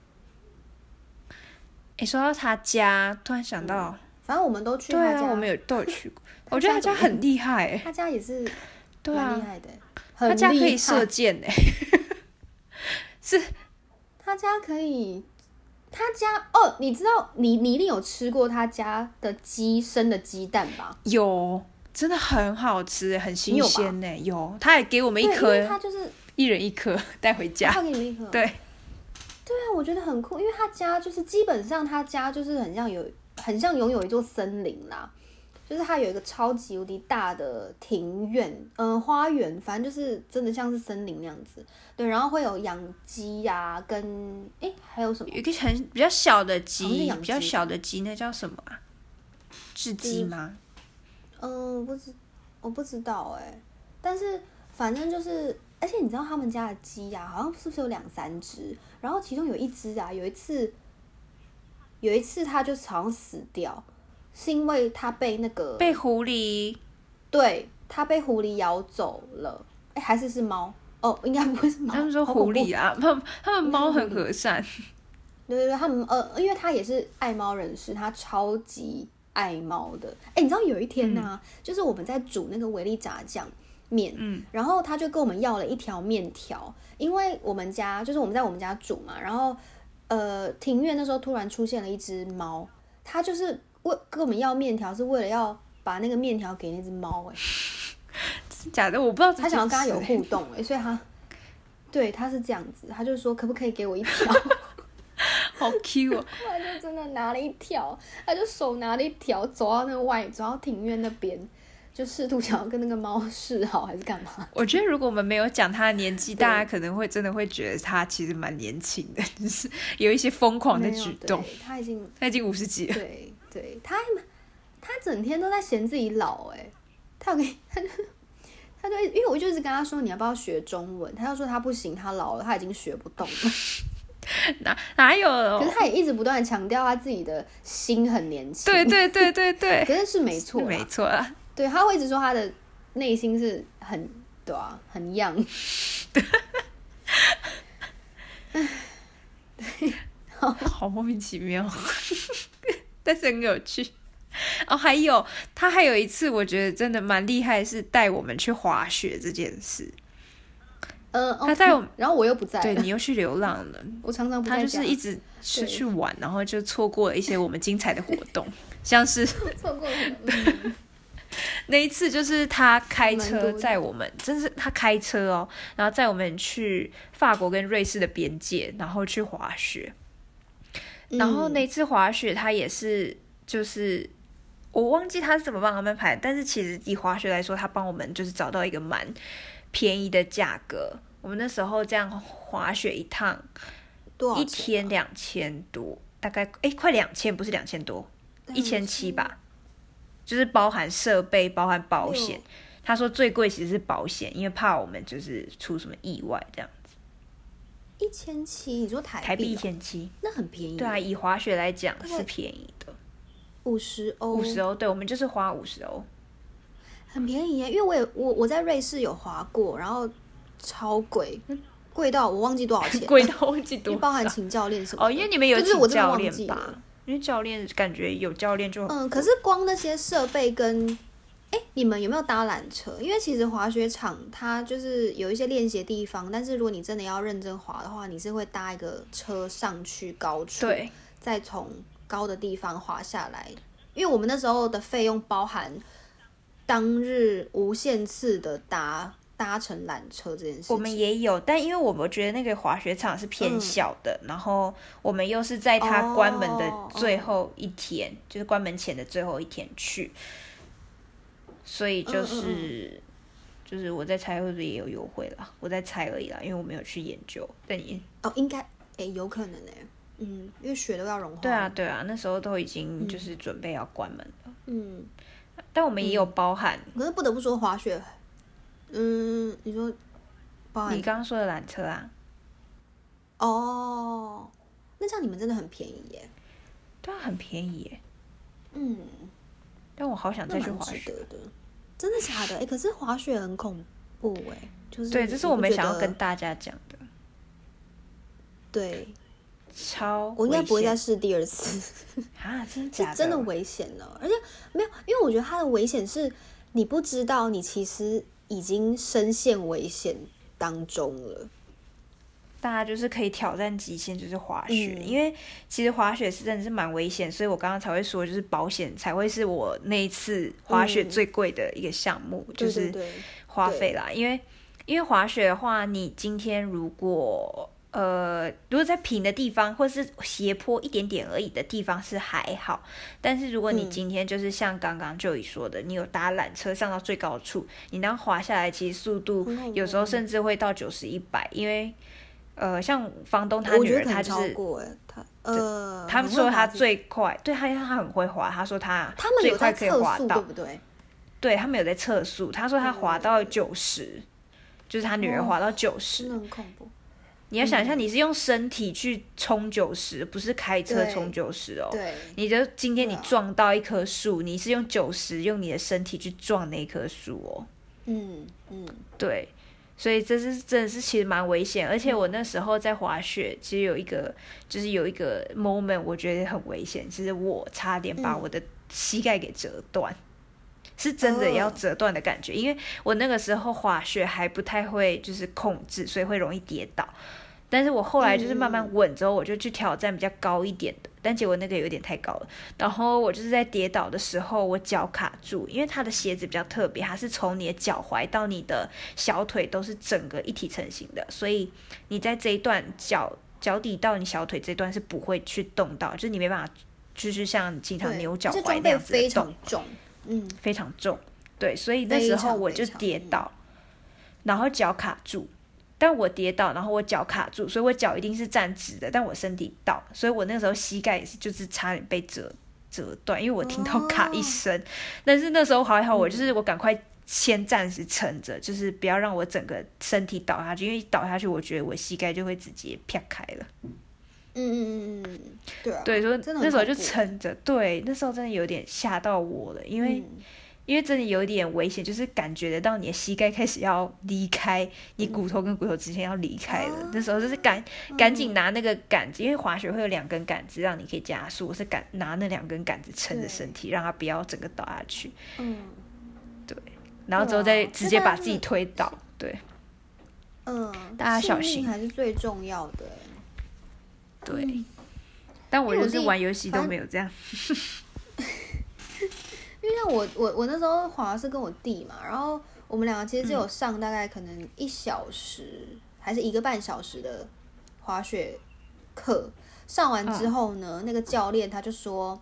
Speaker 2: 诶，说到他家，突然想到，
Speaker 1: 反正我们都去
Speaker 2: 对
Speaker 1: 他家，
Speaker 2: 啊，我们有都 有去过，
Speaker 1: 他
Speaker 2: 我觉得
Speaker 1: 家怎
Speaker 2: 他家
Speaker 1: 么样
Speaker 2: 很厉害、诶，
Speaker 1: 他家也是
Speaker 2: 对
Speaker 1: 蛮厉
Speaker 2: 啊，
Speaker 1: 害的欸，
Speaker 2: 他
Speaker 1: 很
Speaker 2: 家可
Speaker 1: 厉
Speaker 2: 以
Speaker 1: 害
Speaker 2: 射箭、欸诶，
Speaker 1: 他家可以，他家哦，你知道你你一定有吃过他家的鸡生的鸡蛋吧？
Speaker 2: 有。真的很好吃，很
Speaker 1: 你
Speaker 2: 新
Speaker 1: 有吧
Speaker 2: 鲜呢、有，他还给我们一
Speaker 1: 对，因为
Speaker 2: 颗
Speaker 1: 他，就是
Speaker 2: 一人一颗带回家。
Speaker 1: 他给你们一盒，
Speaker 2: 对，
Speaker 1: 对啊，我觉得很酷，因为他家就是基本上他家就是很像有很像拥有一座森林啦，就是他有一个超级无敌大的庭院，嗯、花园，反正就是真的像是森林那样子。对，然后会有养鸡呀、跟诶还有什么
Speaker 2: 有一个很比较小的
Speaker 1: 好像是
Speaker 2: 鸡，
Speaker 1: 哦养
Speaker 2: 比较
Speaker 1: 鸡
Speaker 2: 小的鸡，那叫什么啊？雉鸡吗？
Speaker 1: 嗯，我不知我不知道哎、但是反正就是，而且你知道他们家的鸡呀、好像是不是有两三只？然后其中有一只啊，有一次，有一次它就好像死掉，是因为它被那个
Speaker 2: 被狐狸
Speaker 1: 对它被狐狸咬走了，哎、还是是猫？哦，应该不会是猫，
Speaker 2: 他们说
Speaker 1: 好恐
Speaker 2: 狐
Speaker 1: 怖
Speaker 2: 狸啊，他们他们猫很
Speaker 1: 狐狸
Speaker 2: 和善，
Speaker 1: 对对对，他们呃，因为他也是爱猫人士，他超级爱猫的。哎，你知道有一天呢、就是我们在煮那个维力炸酱面，
Speaker 2: 嗯，
Speaker 1: 然后他就跟我们要了一条面条，因为我们家就是我们在我们家煮嘛，然后呃，庭院那时候突然出现了一只猫，它就是为跟我们要面条，是为了要把那个面条给那只猫、哎，
Speaker 2: 假的，我不知道这
Speaker 1: 他想要跟
Speaker 2: 件
Speaker 1: 他有
Speaker 2: 事
Speaker 1: 互动、哎，所以他对他是这样子，他就说可不可以给我一 条？
Speaker 2: 好 Q 哦，
Speaker 1: 他就真的拿了一条，他就手拿了一条走到那个外，走到庭院那边，就试图想要跟那个猫示好还是干 嘛？
Speaker 2: 我觉得如果我们没有讲他的年
Speaker 1: 嗯
Speaker 2: 纪，大家可能会真的会觉得他其实蛮年轻的，就是有一些疯狂的
Speaker 1: 没有
Speaker 2: 举动。
Speaker 1: 对他已经
Speaker 2: 他已经五十几了，
Speaker 1: 对对，他还蛮他整天都在嫌自己老哎、他有给 他就他就因为我就一直跟他说你要不要学中文，他就说他不行，他老了，他已经学不动 了。
Speaker 2: 哪哪有？
Speaker 1: 可是他也一直不断的强调他自己的心很年轻，
Speaker 2: 对，对对对对，
Speaker 1: 可是是没错啦，
Speaker 2: 没错啦，
Speaker 1: 对，他会一直说他的内心是很对啊，很 young。唉
Speaker 2: 好莫名其妙， 但是很有趣。哦，还有他还有一次，我觉得真的蛮厉害，是带我们去滑雪这件事。
Speaker 1: 嗯，哦
Speaker 2: 他带我，
Speaker 1: 然后我又不在
Speaker 2: 对
Speaker 1: 了，
Speaker 2: 你又去流浪了，
Speaker 1: 我常常不
Speaker 2: 他
Speaker 1: 在
Speaker 2: 就
Speaker 1: 家，
Speaker 2: 是一直是去玩，然后就错过了一些我们精彩的活动， 像是
Speaker 1: 错过了。嗯
Speaker 2: 那一次就是他开
Speaker 1: 蛮
Speaker 2: 车
Speaker 1: 多的
Speaker 2: 载我们，真是他开车哦，然后载我们去法国跟瑞士的边界，然后去滑雪。
Speaker 1: 嗯
Speaker 2: 然后那次滑雪他也是就是。我忘记他是怎么帮我们安排，但是其实以滑雪来说，他帮我们就是找到一个蛮便宜的价格。我们那时候这样滑雪一趟，
Speaker 1: 多少
Speaker 2: 一
Speaker 1: 钱啊
Speaker 2: 天两千多，大概哎、快两千，不是两千多，一千七吧，就是包含设备，包含保险
Speaker 1: 六。
Speaker 2: 他说最贵其实是保险，因为怕我们就是出什么意外这样。
Speaker 1: 一千七，你说台
Speaker 2: 台币
Speaker 1: 币啊
Speaker 2: 一
Speaker 1: 哦
Speaker 2: 千七。
Speaker 1: 那很便宜，
Speaker 2: 对啊，，以滑雪来讲
Speaker 1: 大概
Speaker 2: 是便宜的，
Speaker 1: 五十欧，
Speaker 2: 五十欧。对，我们就是花五十欧。
Speaker 1: 很便宜耶，因为我也我我在瑞士有滑过，然后超贵，贵到我忘记多少钱，
Speaker 2: 贵到忘记
Speaker 1: 因
Speaker 2: 多
Speaker 1: 为包含
Speaker 2: 少。
Speaker 1: 请教练什么的。
Speaker 2: 哦，因为你们有
Speaker 1: 这是我真的
Speaker 2: 请教
Speaker 1: 忘
Speaker 2: 练
Speaker 1: 记了
Speaker 2: 吧？因为教练感觉有教练就
Speaker 1: 嗯，可是光那些设备跟，哎、你们有没有搭缆车？因为其实滑雪场它就是有一些练习的地方，但是如果你真的要认真滑的话，你是会搭一个车上去高处，
Speaker 2: 对
Speaker 1: 再从高的地方滑下来。因为我们那时候的费用包含当日无限次的搭搭乘缆车这件事情，
Speaker 2: 我们也有，但因为我们觉得那个滑雪场是偏
Speaker 1: 嗯
Speaker 2: 小的，然后我们又是在它关门的
Speaker 1: 哦
Speaker 2: 最后一天，就是关门前的最后一天去，所以就
Speaker 1: 嗯嗯
Speaker 2: 是就是我在猜会不会也有优惠啦，我在猜而已啦，因为我没有去研究。但也
Speaker 1: 哦，应该哎、诶有可能哎、嗯，因为雪都要融化，
Speaker 2: 对啊，，对啊，那时候都已经就是准备要关门了，
Speaker 1: 嗯。
Speaker 2: 但我们也有包含
Speaker 1: 可是不得不说，滑雪，嗯，你说包含
Speaker 2: 你刚刚说的缆车啊，
Speaker 1: 哦，那这样你们真的很便宜耶。
Speaker 2: 对啊，很便宜耶，
Speaker 1: 嗯，
Speaker 2: 但我好想
Speaker 1: 那
Speaker 2: 再去
Speaker 1: 蛮
Speaker 2: 啊滑
Speaker 1: 值
Speaker 2: 雪。
Speaker 1: 得的。真的假的？哎、可是滑雪很恐怖哎，就是
Speaker 2: 对，这是
Speaker 1: 你
Speaker 2: 我
Speaker 1: 不
Speaker 2: 们
Speaker 1: 觉
Speaker 2: 想要
Speaker 1: 得
Speaker 2: 跟大家讲的。
Speaker 1: 对，
Speaker 2: 超危险，
Speaker 1: 我应该不会再试第二 次，
Speaker 2: 啊，真的
Speaker 1: 是
Speaker 2: 假的？
Speaker 1: 真的危险了。而且没有，因为我觉得它的危险是你不知道，你其实已经深陷危险当中了。
Speaker 2: 大家就是可以挑战极限，就是滑雪、
Speaker 1: 嗯
Speaker 2: 因为其实滑雪是真的是蛮危险，所以我刚刚才会说，就是保险才会是我那一次滑雪
Speaker 1: 嗯
Speaker 2: 最贵的一个项目，
Speaker 1: 对
Speaker 2: 就
Speaker 1: 对
Speaker 2: 是
Speaker 1: 对，
Speaker 2: 花费啦。因为因为滑雪的话，你今天如果呃，如果在平的地方或是斜坡一点点而已的地方是还好，但是如果你
Speaker 1: 嗯
Speaker 2: 今天就是像刚刚就已说的，你有搭缆车上到最高处，你那样滑下来，其实速度
Speaker 1: 很恐
Speaker 2: 有时候
Speaker 1: 怖
Speaker 2: 甚至会到九十一百，因为呃，像房东他
Speaker 1: 我
Speaker 2: 女
Speaker 1: 觉得
Speaker 2: 儿，
Speaker 1: 可
Speaker 2: 她
Speaker 1: 能
Speaker 2: 就
Speaker 1: 超
Speaker 2: 是
Speaker 1: 过哎，他呃，
Speaker 2: 他
Speaker 1: 很
Speaker 2: 说
Speaker 1: 会
Speaker 2: 他
Speaker 1: 滑雪
Speaker 2: 最快，对他他很会滑，他说他
Speaker 1: 他们
Speaker 2: 最
Speaker 1: 有
Speaker 2: 快
Speaker 1: 在
Speaker 2: 可以
Speaker 1: 测
Speaker 2: 滑
Speaker 1: 速，
Speaker 2: 到
Speaker 1: 对，不对？
Speaker 2: 对他们有在测速，他说他滑到九十，就是他女
Speaker 1: 嗯
Speaker 2: 儿
Speaker 1: 哦
Speaker 2: 滑到九十、
Speaker 1: 真的很恐怖。
Speaker 2: 你要想一下，你是用身体去冲九十，不是开车
Speaker 1: 对
Speaker 2: 冲九十哦。
Speaker 1: 对，
Speaker 2: 你就今天你
Speaker 1: 对啊
Speaker 2: 撞到一棵树，你是用九十用你的身体去撞那棵树哦。
Speaker 1: 嗯嗯，
Speaker 2: 对，所以这是真的是其实蛮危险，而且我
Speaker 1: 嗯
Speaker 2: 那时候在滑雪，其实有一个就是有一个 moment 我觉得很危险，就是我差点把
Speaker 1: 嗯
Speaker 2: 我的膝盖给折断。是真的要
Speaker 1: 哦
Speaker 2: 折断的感觉因为我那个时候滑雪还不太会就是控制，所以会容易跌倒。但是我后来就是慢
Speaker 1: 嗯
Speaker 2: 慢稳之后，我就去挑战比较高一点的，但结果那个有点太高了。然后我就是在跌倒的时候，我脚卡住，因为它的鞋子比较特别，它是从你的脚踝到你的小腿都是整个一体成型的，所以你在这一段脚脚底到你小腿这段是不会去动到，就是你没办法，就是像你经常
Speaker 1: 对
Speaker 2: 扭脚
Speaker 1: 这
Speaker 2: 踝
Speaker 1: 装
Speaker 2: 那
Speaker 1: 备
Speaker 2: 样子的
Speaker 1: 非
Speaker 2: 动
Speaker 1: 常，重，嗯，
Speaker 2: 非常重。对，所以那时候我就
Speaker 1: 非常嗯
Speaker 2: 跌倒，然后脚卡住。但我跌倒，然后我脚卡住，所以我脚一定是站直的，但我身体倒，所以我那时候膝盖也是就是差点被折折断，因为我听到咔一
Speaker 1: 哦嗯
Speaker 2: 声。但是那时候还好，我就是我赶快先暂时撑着，就是不要让我整个身体倒下去，因为一倒下去，我觉得我膝盖就会直接啪开了。
Speaker 1: 嗯嗯嗯嗯嗯，对啊，
Speaker 2: 对，所以
Speaker 1: 真的很
Speaker 2: 那时候
Speaker 1: 恐
Speaker 2: 就
Speaker 1: 怖
Speaker 2: 撑着，对，那时候真的有点吓到我了，因为、
Speaker 1: 嗯
Speaker 2: 因为真的有一点危险，就是感觉得到你的膝盖开始要离开，你骨头跟骨头之间要离开了。那时候就是赶赶
Speaker 1: 嗯
Speaker 2: 紧拿那个杆子，因为滑雪会有两根杆子让你可以加速，我是赶拿那两根杆子撑着
Speaker 1: 对
Speaker 2: 身体，让它不要整个倒下去，
Speaker 1: 嗯
Speaker 2: 然后之后再
Speaker 1: 哇
Speaker 2: 直接
Speaker 1: 那它
Speaker 2: 把
Speaker 1: 就
Speaker 2: 自己
Speaker 1: 是
Speaker 2: 推倒。对
Speaker 1: 嗯，
Speaker 2: 大家
Speaker 1: 性
Speaker 2: 小
Speaker 1: 命
Speaker 2: 心
Speaker 1: 还是最重要的欸。
Speaker 2: 对，但我
Speaker 1: 因为
Speaker 2: 就
Speaker 1: 我
Speaker 2: 是
Speaker 1: 自己
Speaker 2: 玩游戏都
Speaker 1: 反
Speaker 2: 没有这样。
Speaker 1: 因为像我我我那时候滑是跟我弟嘛，然后我们两个其
Speaker 2: 嗯
Speaker 1: 实只有上大概可能一小时、还是一个半小时的滑雪课，上完之后呢，那个教练他就说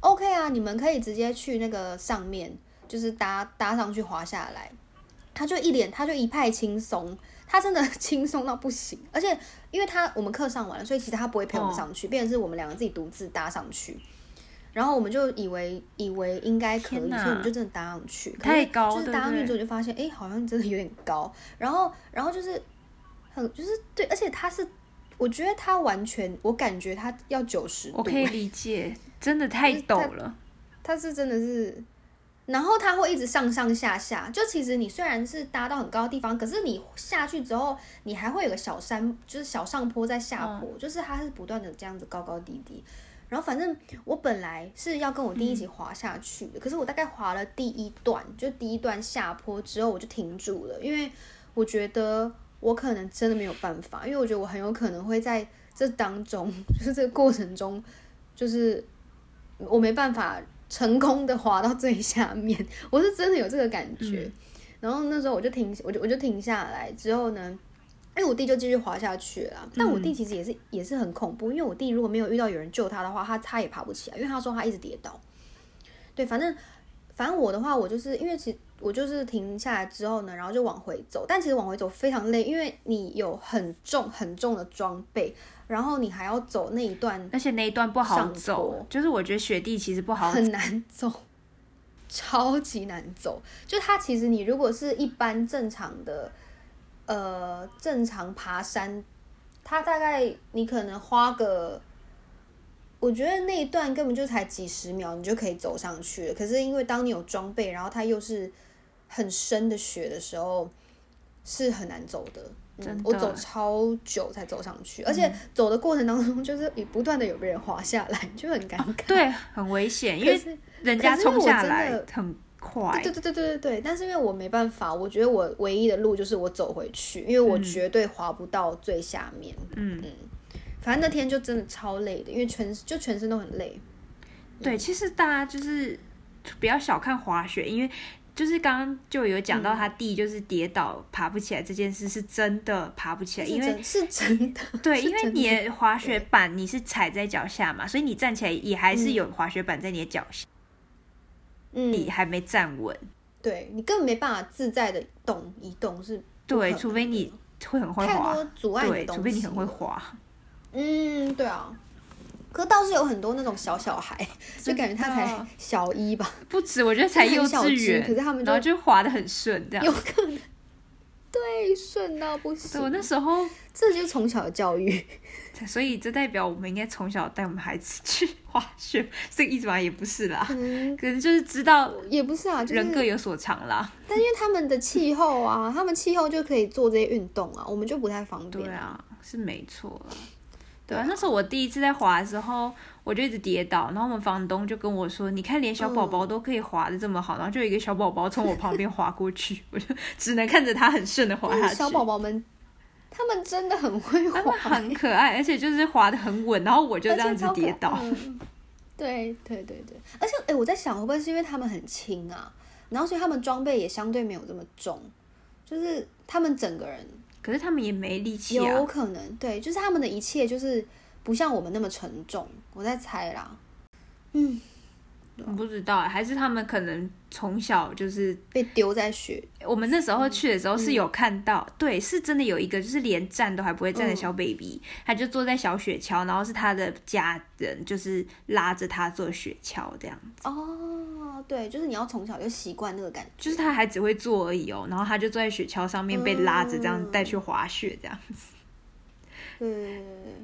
Speaker 1: ，OK 啊，你们可以直接去那个上面，就是搭搭上去滑下来。他就一脸，他就一派轻松，他真的轻松到不行。而且，因为他我们课上完了，所以其实他不会陪我们
Speaker 2: 哦
Speaker 1: 上去，变成是我们两个自己独自搭上去。然后我们就以为以为应该可以，所以
Speaker 2: 天哪
Speaker 1: 我们就真的搭上去。可是
Speaker 2: 太高
Speaker 1: 就是
Speaker 2: 对
Speaker 1: 搭上
Speaker 2: 不
Speaker 1: 去
Speaker 2: 对
Speaker 1: 之后就发现，哎、好像真的有点高。然后，然后就是很就是对，而且它是我觉得它完全，我感觉它要九十度
Speaker 2: 我，可以理解，真的太陡了。
Speaker 1: 它是真的是，然后它会一直上上下下。就其实你虽然是搭到很高的地方，可是你下去之后，你还会有个小山，就是小上坡在下坡，就是它是不断的这样子高高低低。然后反正我本来是要跟我弟一起滑下去的，可是我大概滑了第一段，就第一段下坡之后我就停住了，因为我觉得我可能真的没有办法，因为我觉得我很有可能会在这当中， 就是这个过程中，就是我没办法成功的滑到最下面， 我是真的有这个感觉。然后那时候我就停，我就我就停下来之后呢，哎，我弟就继续滑下去了啊。但我弟其实也是、也是很恐怖，因为我弟如果没有遇到有人救他的话，他他也爬不起来，因为他说他一直跌倒。对，反正反正我的话，我就是因为其实我就是停下来之后呢，然后就往回走，但其实往回走非常累，因为你有很重很重的装备，然后你还要走那一段
Speaker 2: 而且那一段不好
Speaker 1: 上
Speaker 2: 走
Speaker 1: 坡，
Speaker 2: 就是我觉得雪地其实不好
Speaker 1: 很难走，超级难走。就它其实你如果是一般正常的，呃，正常爬山，它大概你可能花个，我觉得那一段根本就才几十秒，你就可以走上去了。可是因为当你有装备，然后它又是很深的雪的时候，是很难走的。嗯
Speaker 2: 真，
Speaker 1: 我
Speaker 2: 的嗯
Speaker 1: 走超久才走上去，而且走的过程当中，就是也不断的有被人滑下来，就很尴尬。
Speaker 2: 对，很危险，因
Speaker 1: 可
Speaker 2: 为
Speaker 1: 是
Speaker 2: 人家
Speaker 1: 可是因为
Speaker 2: 冲
Speaker 1: 我
Speaker 2: 下
Speaker 1: 真
Speaker 2: 来
Speaker 1: 的
Speaker 2: 很快
Speaker 1: 对。对对对对对，但是因为我没办法，我觉得我唯一的路就是我走回去，因为我绝对滑不到最下面。
Speaker 2: 嗯
Speaker 1: 反正那天就真的超累的，因为全就全身都很累。
Speaker 2: 对，其实大家就是不要小看滑雪，因为就是刚刚就有讲
Speaker 1: 嗯
Speaker 2: 到他弟就是跌倒爬不起来这件事是真的爬不起来，
Speaker 1: 是
Speaker 2: 因为
Speaker 1: 真是真的，
Speaker 2: 对，
Speaker 1: 是
Speaker 2: 因为
Speaker 1: 真的
Speaker 2: 你的滑雪板你是踩在脚下嘛，所以你站起来也还是有滑雪板在你的脚下，你
Speaker 1: 嗯，
Speaker 2: 还没站稳。
Speaker 1: 对你根本没办法自在的动移动，是不可
Speaker 2: 对，
Speaker 1: 能
Speaker 2: 除非你会很会
Speaker 1: 太
Speaker 2: 滑
Speaker 1: 多，阻碍你的
Speaker 2: 对，
Speaker 1: 东西，
Speaker 2: 除非你很会。滑。
Speaker 1: 嗯，对啊。可倒是有很多那种小小孩，就
Speaker 2: 真
Speaker 1: 感觉他
Speaker 2: 的
Speaker 1: 才 小一吧，
Speaker 2: 不止，我觉得才
Speaker 1: 就是
Speaker 2: 幼
Speaker 1: 很小
Speaker 2: 稚
Speaker 1: 只
Speaker 2: 园，
Speaker 1: 可是他们
Speaker 2: 然后就滑得很顺，这样
Speaker 1: 有。可能 对顺到不
Speaker 2: 对，我
Speaker 1: 行。
Speaker 2: 那时候，
Speaker 1: 这就是从小的教育。
Speaker 2: 所以这代表我们应该从小带我们孩子 去滑雪，这个意思吗？也不是啦，
Speaker 1: 嗯，
Speaker 2: 可能就是知道
Speaker 1: 也不是啊，就是
Speaker 2: 人各有所长啦。
Speaker 1: 但因为他们的气候 啊，他们气候就可以做这些运动啊，我们就不太方便。
Speaker 2: 对啊，是没错啦。
Speaker 1: 对
Speaker 2: 对
Speaker 1: 啊
Speaker 2: 啊，那时候我第一次在滑的时候，我就一直跌倒，然后我们房东就跟我说：“你看，连小宝
Speaker 1: 嗯
Speaker 2: 宝都可以滑的这么好。然后就有一个小宝宝从我旁边滑过去， 我就只能看着他很顺的滑
Speaker 1: 但
Speaker 2: 下
Speaker 1: 是嗯
Speaker 2: 去。
Speaker 1: 小宝宝们，他们真的很会
Speaker 2: 他
Speaker 1: 滑
Speaker 2: 们，很可爱，而且就是滑得很稳，然后我就
Speaker 1: 而
Speaker 2: 这
Speaker 1: 且
Speaker 2: 样子
Speaker 1: 超可
Speaker 2: 跌倒。
Speaker 1: 嗯对对对对，而且哎、诶我在想会不会是因为他们很轻啊，然后所以他们装备也相对没有这么重，就是他们整个人
Speaker 2: 可是他们也没力气啊
Speaker 1: 有，可能对，就是他们的一切就是不像我们那么沉重，我在猜啦。嗯，
Speaker 2: 我不知道啊，还是他们可能从小就是
Speaker 1: 被丢在雪
Speaker 2: 我们那时候去的时候是有看到，
Speaker 1: 嗯
Speaker 2: 对，是真的有一个就是连站都还不会站的小 baby，、他就坐在小雪橇，然后是他的家人就是拉着他坐雪橇这样，
Speaker 1: 哦，对，就是你要从小就习惯那个感觉，
Speaker 2: 就是他还只会坐而已哦，然后他就坐在雪橇上面被拉着这样
Speaker 1: 嗯
Speaker 2: 带去滑雪这样，
Speaker 1: 对对对对对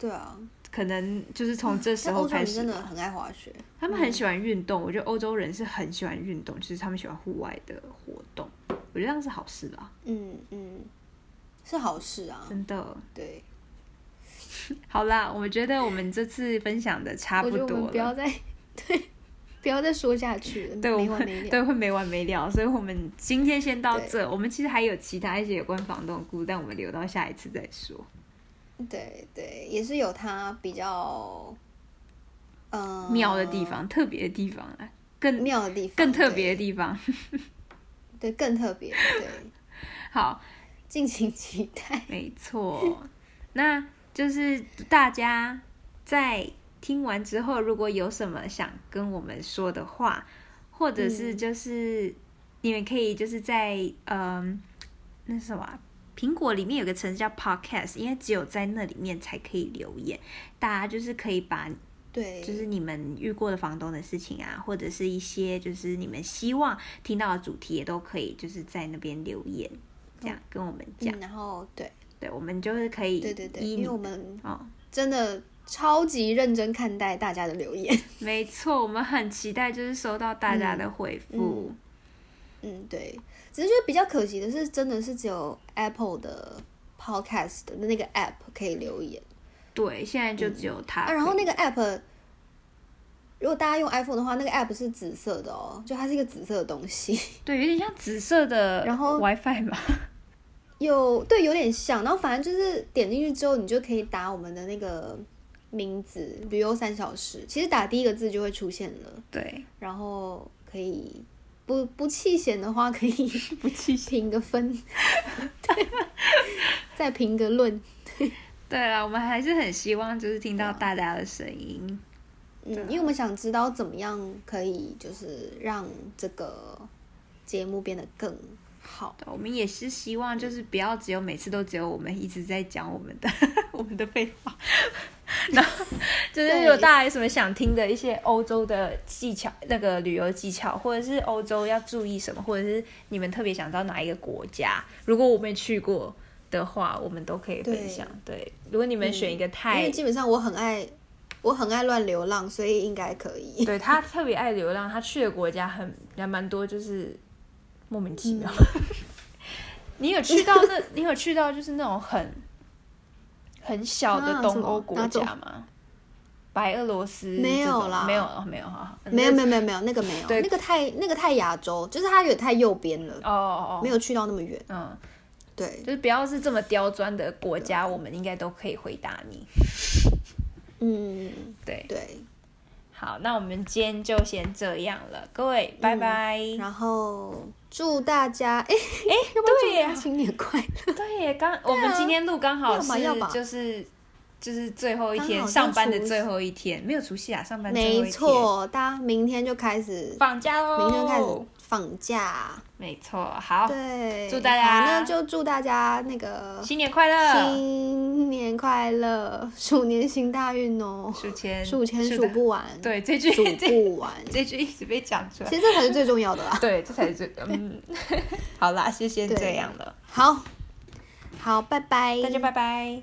Speaker 1: 对啊，
Speaker 2: 可能就是从这时
Speaker 1: 像嗯
Speaker 2: 候
Speaker 1: 欧洲
Speaker 2: 开
Speaker 1: 人
Speaker 2: 始
Speaker 1: 真
Speaker 2: 吧
Speaker 1: 的嗯很爱滑雪，
Speaker 2: 他们很喜欢运动，我觉得欧洲人是很喜欢运动，就是他们喜欢户外的活动，我觉得这样是好事啦，
Speaker 1: 嗯嗯，是好事啊，
Speaker 2: 真的。
Speaker 1: 对，
Speaker 2: 好啦，我觉得我们这次分享的差
Speaker 1: 我觉
Speaker 2: 不
Speaker 1: 得我
Speaker 2: 多
Speaker 1: 们
Speaker 2: 了，
Speaker 1: 不要再对，不要再说下去了，
Speaker 2: 对，我
Speaker 1: 没完
Speaker 2: 们
Speaker 1: 没了，
Speaker 2: 对会没完没了，所以我们今天先到这。我们其实还有其他一些有关房东的故事，但我们留到下一次再说。
Speaker 1: 对对，也是有它比较，嗯，
Speaker 2: 妙的地，方，特别的地方啊，更
Speaker 1: 妙的地方，
Speaker 2: 更特别的
Speaker 1: 对，
Speaker 2: 地方。
Speaker 1: 对，更特别，对，
Speaker 2: 好，
Speaker 1: 敬请期待，
Speaker 2: 没错， 那就是大家在听完之后，如果有什么想跟我们说的话，或者是
Speaker 1: 嗯
Speaker 2: 就是、你们可以就是在嗯，那是什么啊苹果里面有个程式叫 Podcast，因为只有在那里面才可以留言，大家就是可以把
Speaker 1: 对，
Speaker 2: 就是你们遇过的房东的事情啊，或者是一些就是你们希望听到的主题，也都可以就是在那边留言，这样跟我们讲。
Speaker 1: 嗯，然后对，
Speaker 3: 对，我们就是可以
Speaker 1: 对对对，
Speaker 3: 依
Speaker 1: 因
Speaker 3: 你
Speaker 1: 为我们
Speaker 3: 哦，
Speaker 1: 真的超级认真看待大家的留言。
Speaker 3: 没错，我们很期待就是收到大家的回
Speaker 2: 嗯
Speaker 3: 复。
Speaker 1: 嗯，对，只是觉得比较可惜的是，真的是只有 Apple 的 Podcast 的那个 App 可以留言
Speaker 3: 对，现在就只有他、
Speaker 1: 啊。然后那个 App，如果大家用 iPhone 的话，那个 App 是紫色的哦，就它是一个紫色的东西，
Speaker 3: 对，有点像紫色的，
Speaker 1: 然后
Speaker 3: WiFi 嘛，
Speaker 1: 有对有点像。然后反正就是点进去之后，你就可以打我们的那个名字“旅游三小时”，其实打第一个字就会出现了，
Speaker 3: 对，
Speaker 1: 然后可以不不弃嫌的话，可 以
Speaker 3: 不气
Speaker 1: 评个分，对，再评个论。嗯
Speaker 3: 对啊，我们还是很希望就是听
Speaker 1: 啊
Speaker 3: 到大家的声音。
Speaker 1: 嗯，
Speaker 2: 啊
Speaker 1: 因为我们想知道怎么样可以就是让这个节目变得更好。
Speaker 3: 对我们也是希望
Speaker 1: 嗯
Speaker 3: 就是不要只有每次都只有我们一直在讲我们 的我们的废 话。
Speaker 2: 就是
Speaker 1: 对
Speaker 2: 如果大家有什么想听的一些欧洲的技巧，那个旅游技巧，或者是欧洲要注意什么，或者是你们特别想到哪一个国家，如果我没去过的话，我们都可以分享。对，如果你们选一个
Speaker 1: 嗯因
Speaker 2: 太
Speaker 1: 为，基本上我很爱，我很爱乱流浪，所以应该可 以。
Speaker 2: 对他特别爱流浪，他去的国家很还蛮多，就是莫名 其妙。你有去到那？你有去到就是那种很很小的
Speaker 1: 啊什
Speaker 2: 东
Speaker 1: 么
Speaker 2: 欧国
Speaker 1: 哪
Speaker 2: 家
Speaker 1: 种
Speaker 2: 吗？白俄罗斯
Speaker 1: 没
Speaker 2: 这
Speaker 1: 有
Speaker 2: 种
Speaker 1: 啦
Speaker 2: 没有哦没有哈，好
Speaker 1: 没有没有没有没有那个没有，
Speaker 2: 对
Speaker 1: 那个太那个太亚洲，就是它有点太右边了，
Speaker 2: 哦哦哦，
Speaker 1: 没有去到那么远。
Speaker 2: 嗯，
Speaker 1: 对，
Speaker 2: 就是不要是这么刁钻的国家，我们应该都可以回答你。
Speaker 1: 嗯，
Speaker 2: 对，
Speaker 1: 对。
Speaker 2: 好，那我们今天就先这样了，各位，拜拜。
Speaker 1: 嗯然后祝大家，哎、
Speaker 2: 哎、
Speaker 1: 要不要祝
Speaker 2: 对
Speaker 1: 大家
Speaker 2: 耶，
Speaker 1: 新年快 乐？
Speaker 2: 对耶，刚、我们今天录刚好
Speaker 1: 要吧
Speaker 2: 是
Speaker 1: 啊要吧
Speaker 2: 就是就是最后一
Speaker 1: 刚
Speaker 2: 天，
Speaker 1: 好就
Speaker 2: 上班的
Speaker 1: 除夕
Speaker 2: 最后一天，没有除夕啊，上班最后一天，
Speaker 1: 没，错，大家明天就开始，
Speaker 2: 放假喽，
Speaker 1: 明天就开始，放假。
Speaker 2: 没错，好，
Speaker 1: 对，啊
Speaker 2: 祝大家
Speaker 1: 好那就祝大家那个
Speaker 2: 新年快乐，
Speaker 1: 新年快乐，鼠年行大运哦，
Speaker 2: 数钱
Speaker 1: 数钱
Speaker 2: 嗯是
Speaker 1: 数
Speaker 2: 的
Speaker 1: 不完，，
Speaker 2: 对，这句
Speaker 1: 数
Speaker 2: 这
Speaker 1: 不完，
Speaker 2: 这句一直被讲出来
Speaker 1: 其，实这才是最重要的啦。
Speaker 2: 对，这才是最嗯， 好啦，就先
Speaker 1: 对
Speaker 2: 这样了，
Speaker 1: 好，好，拜拜，
Speaker 2: 大家拜拜。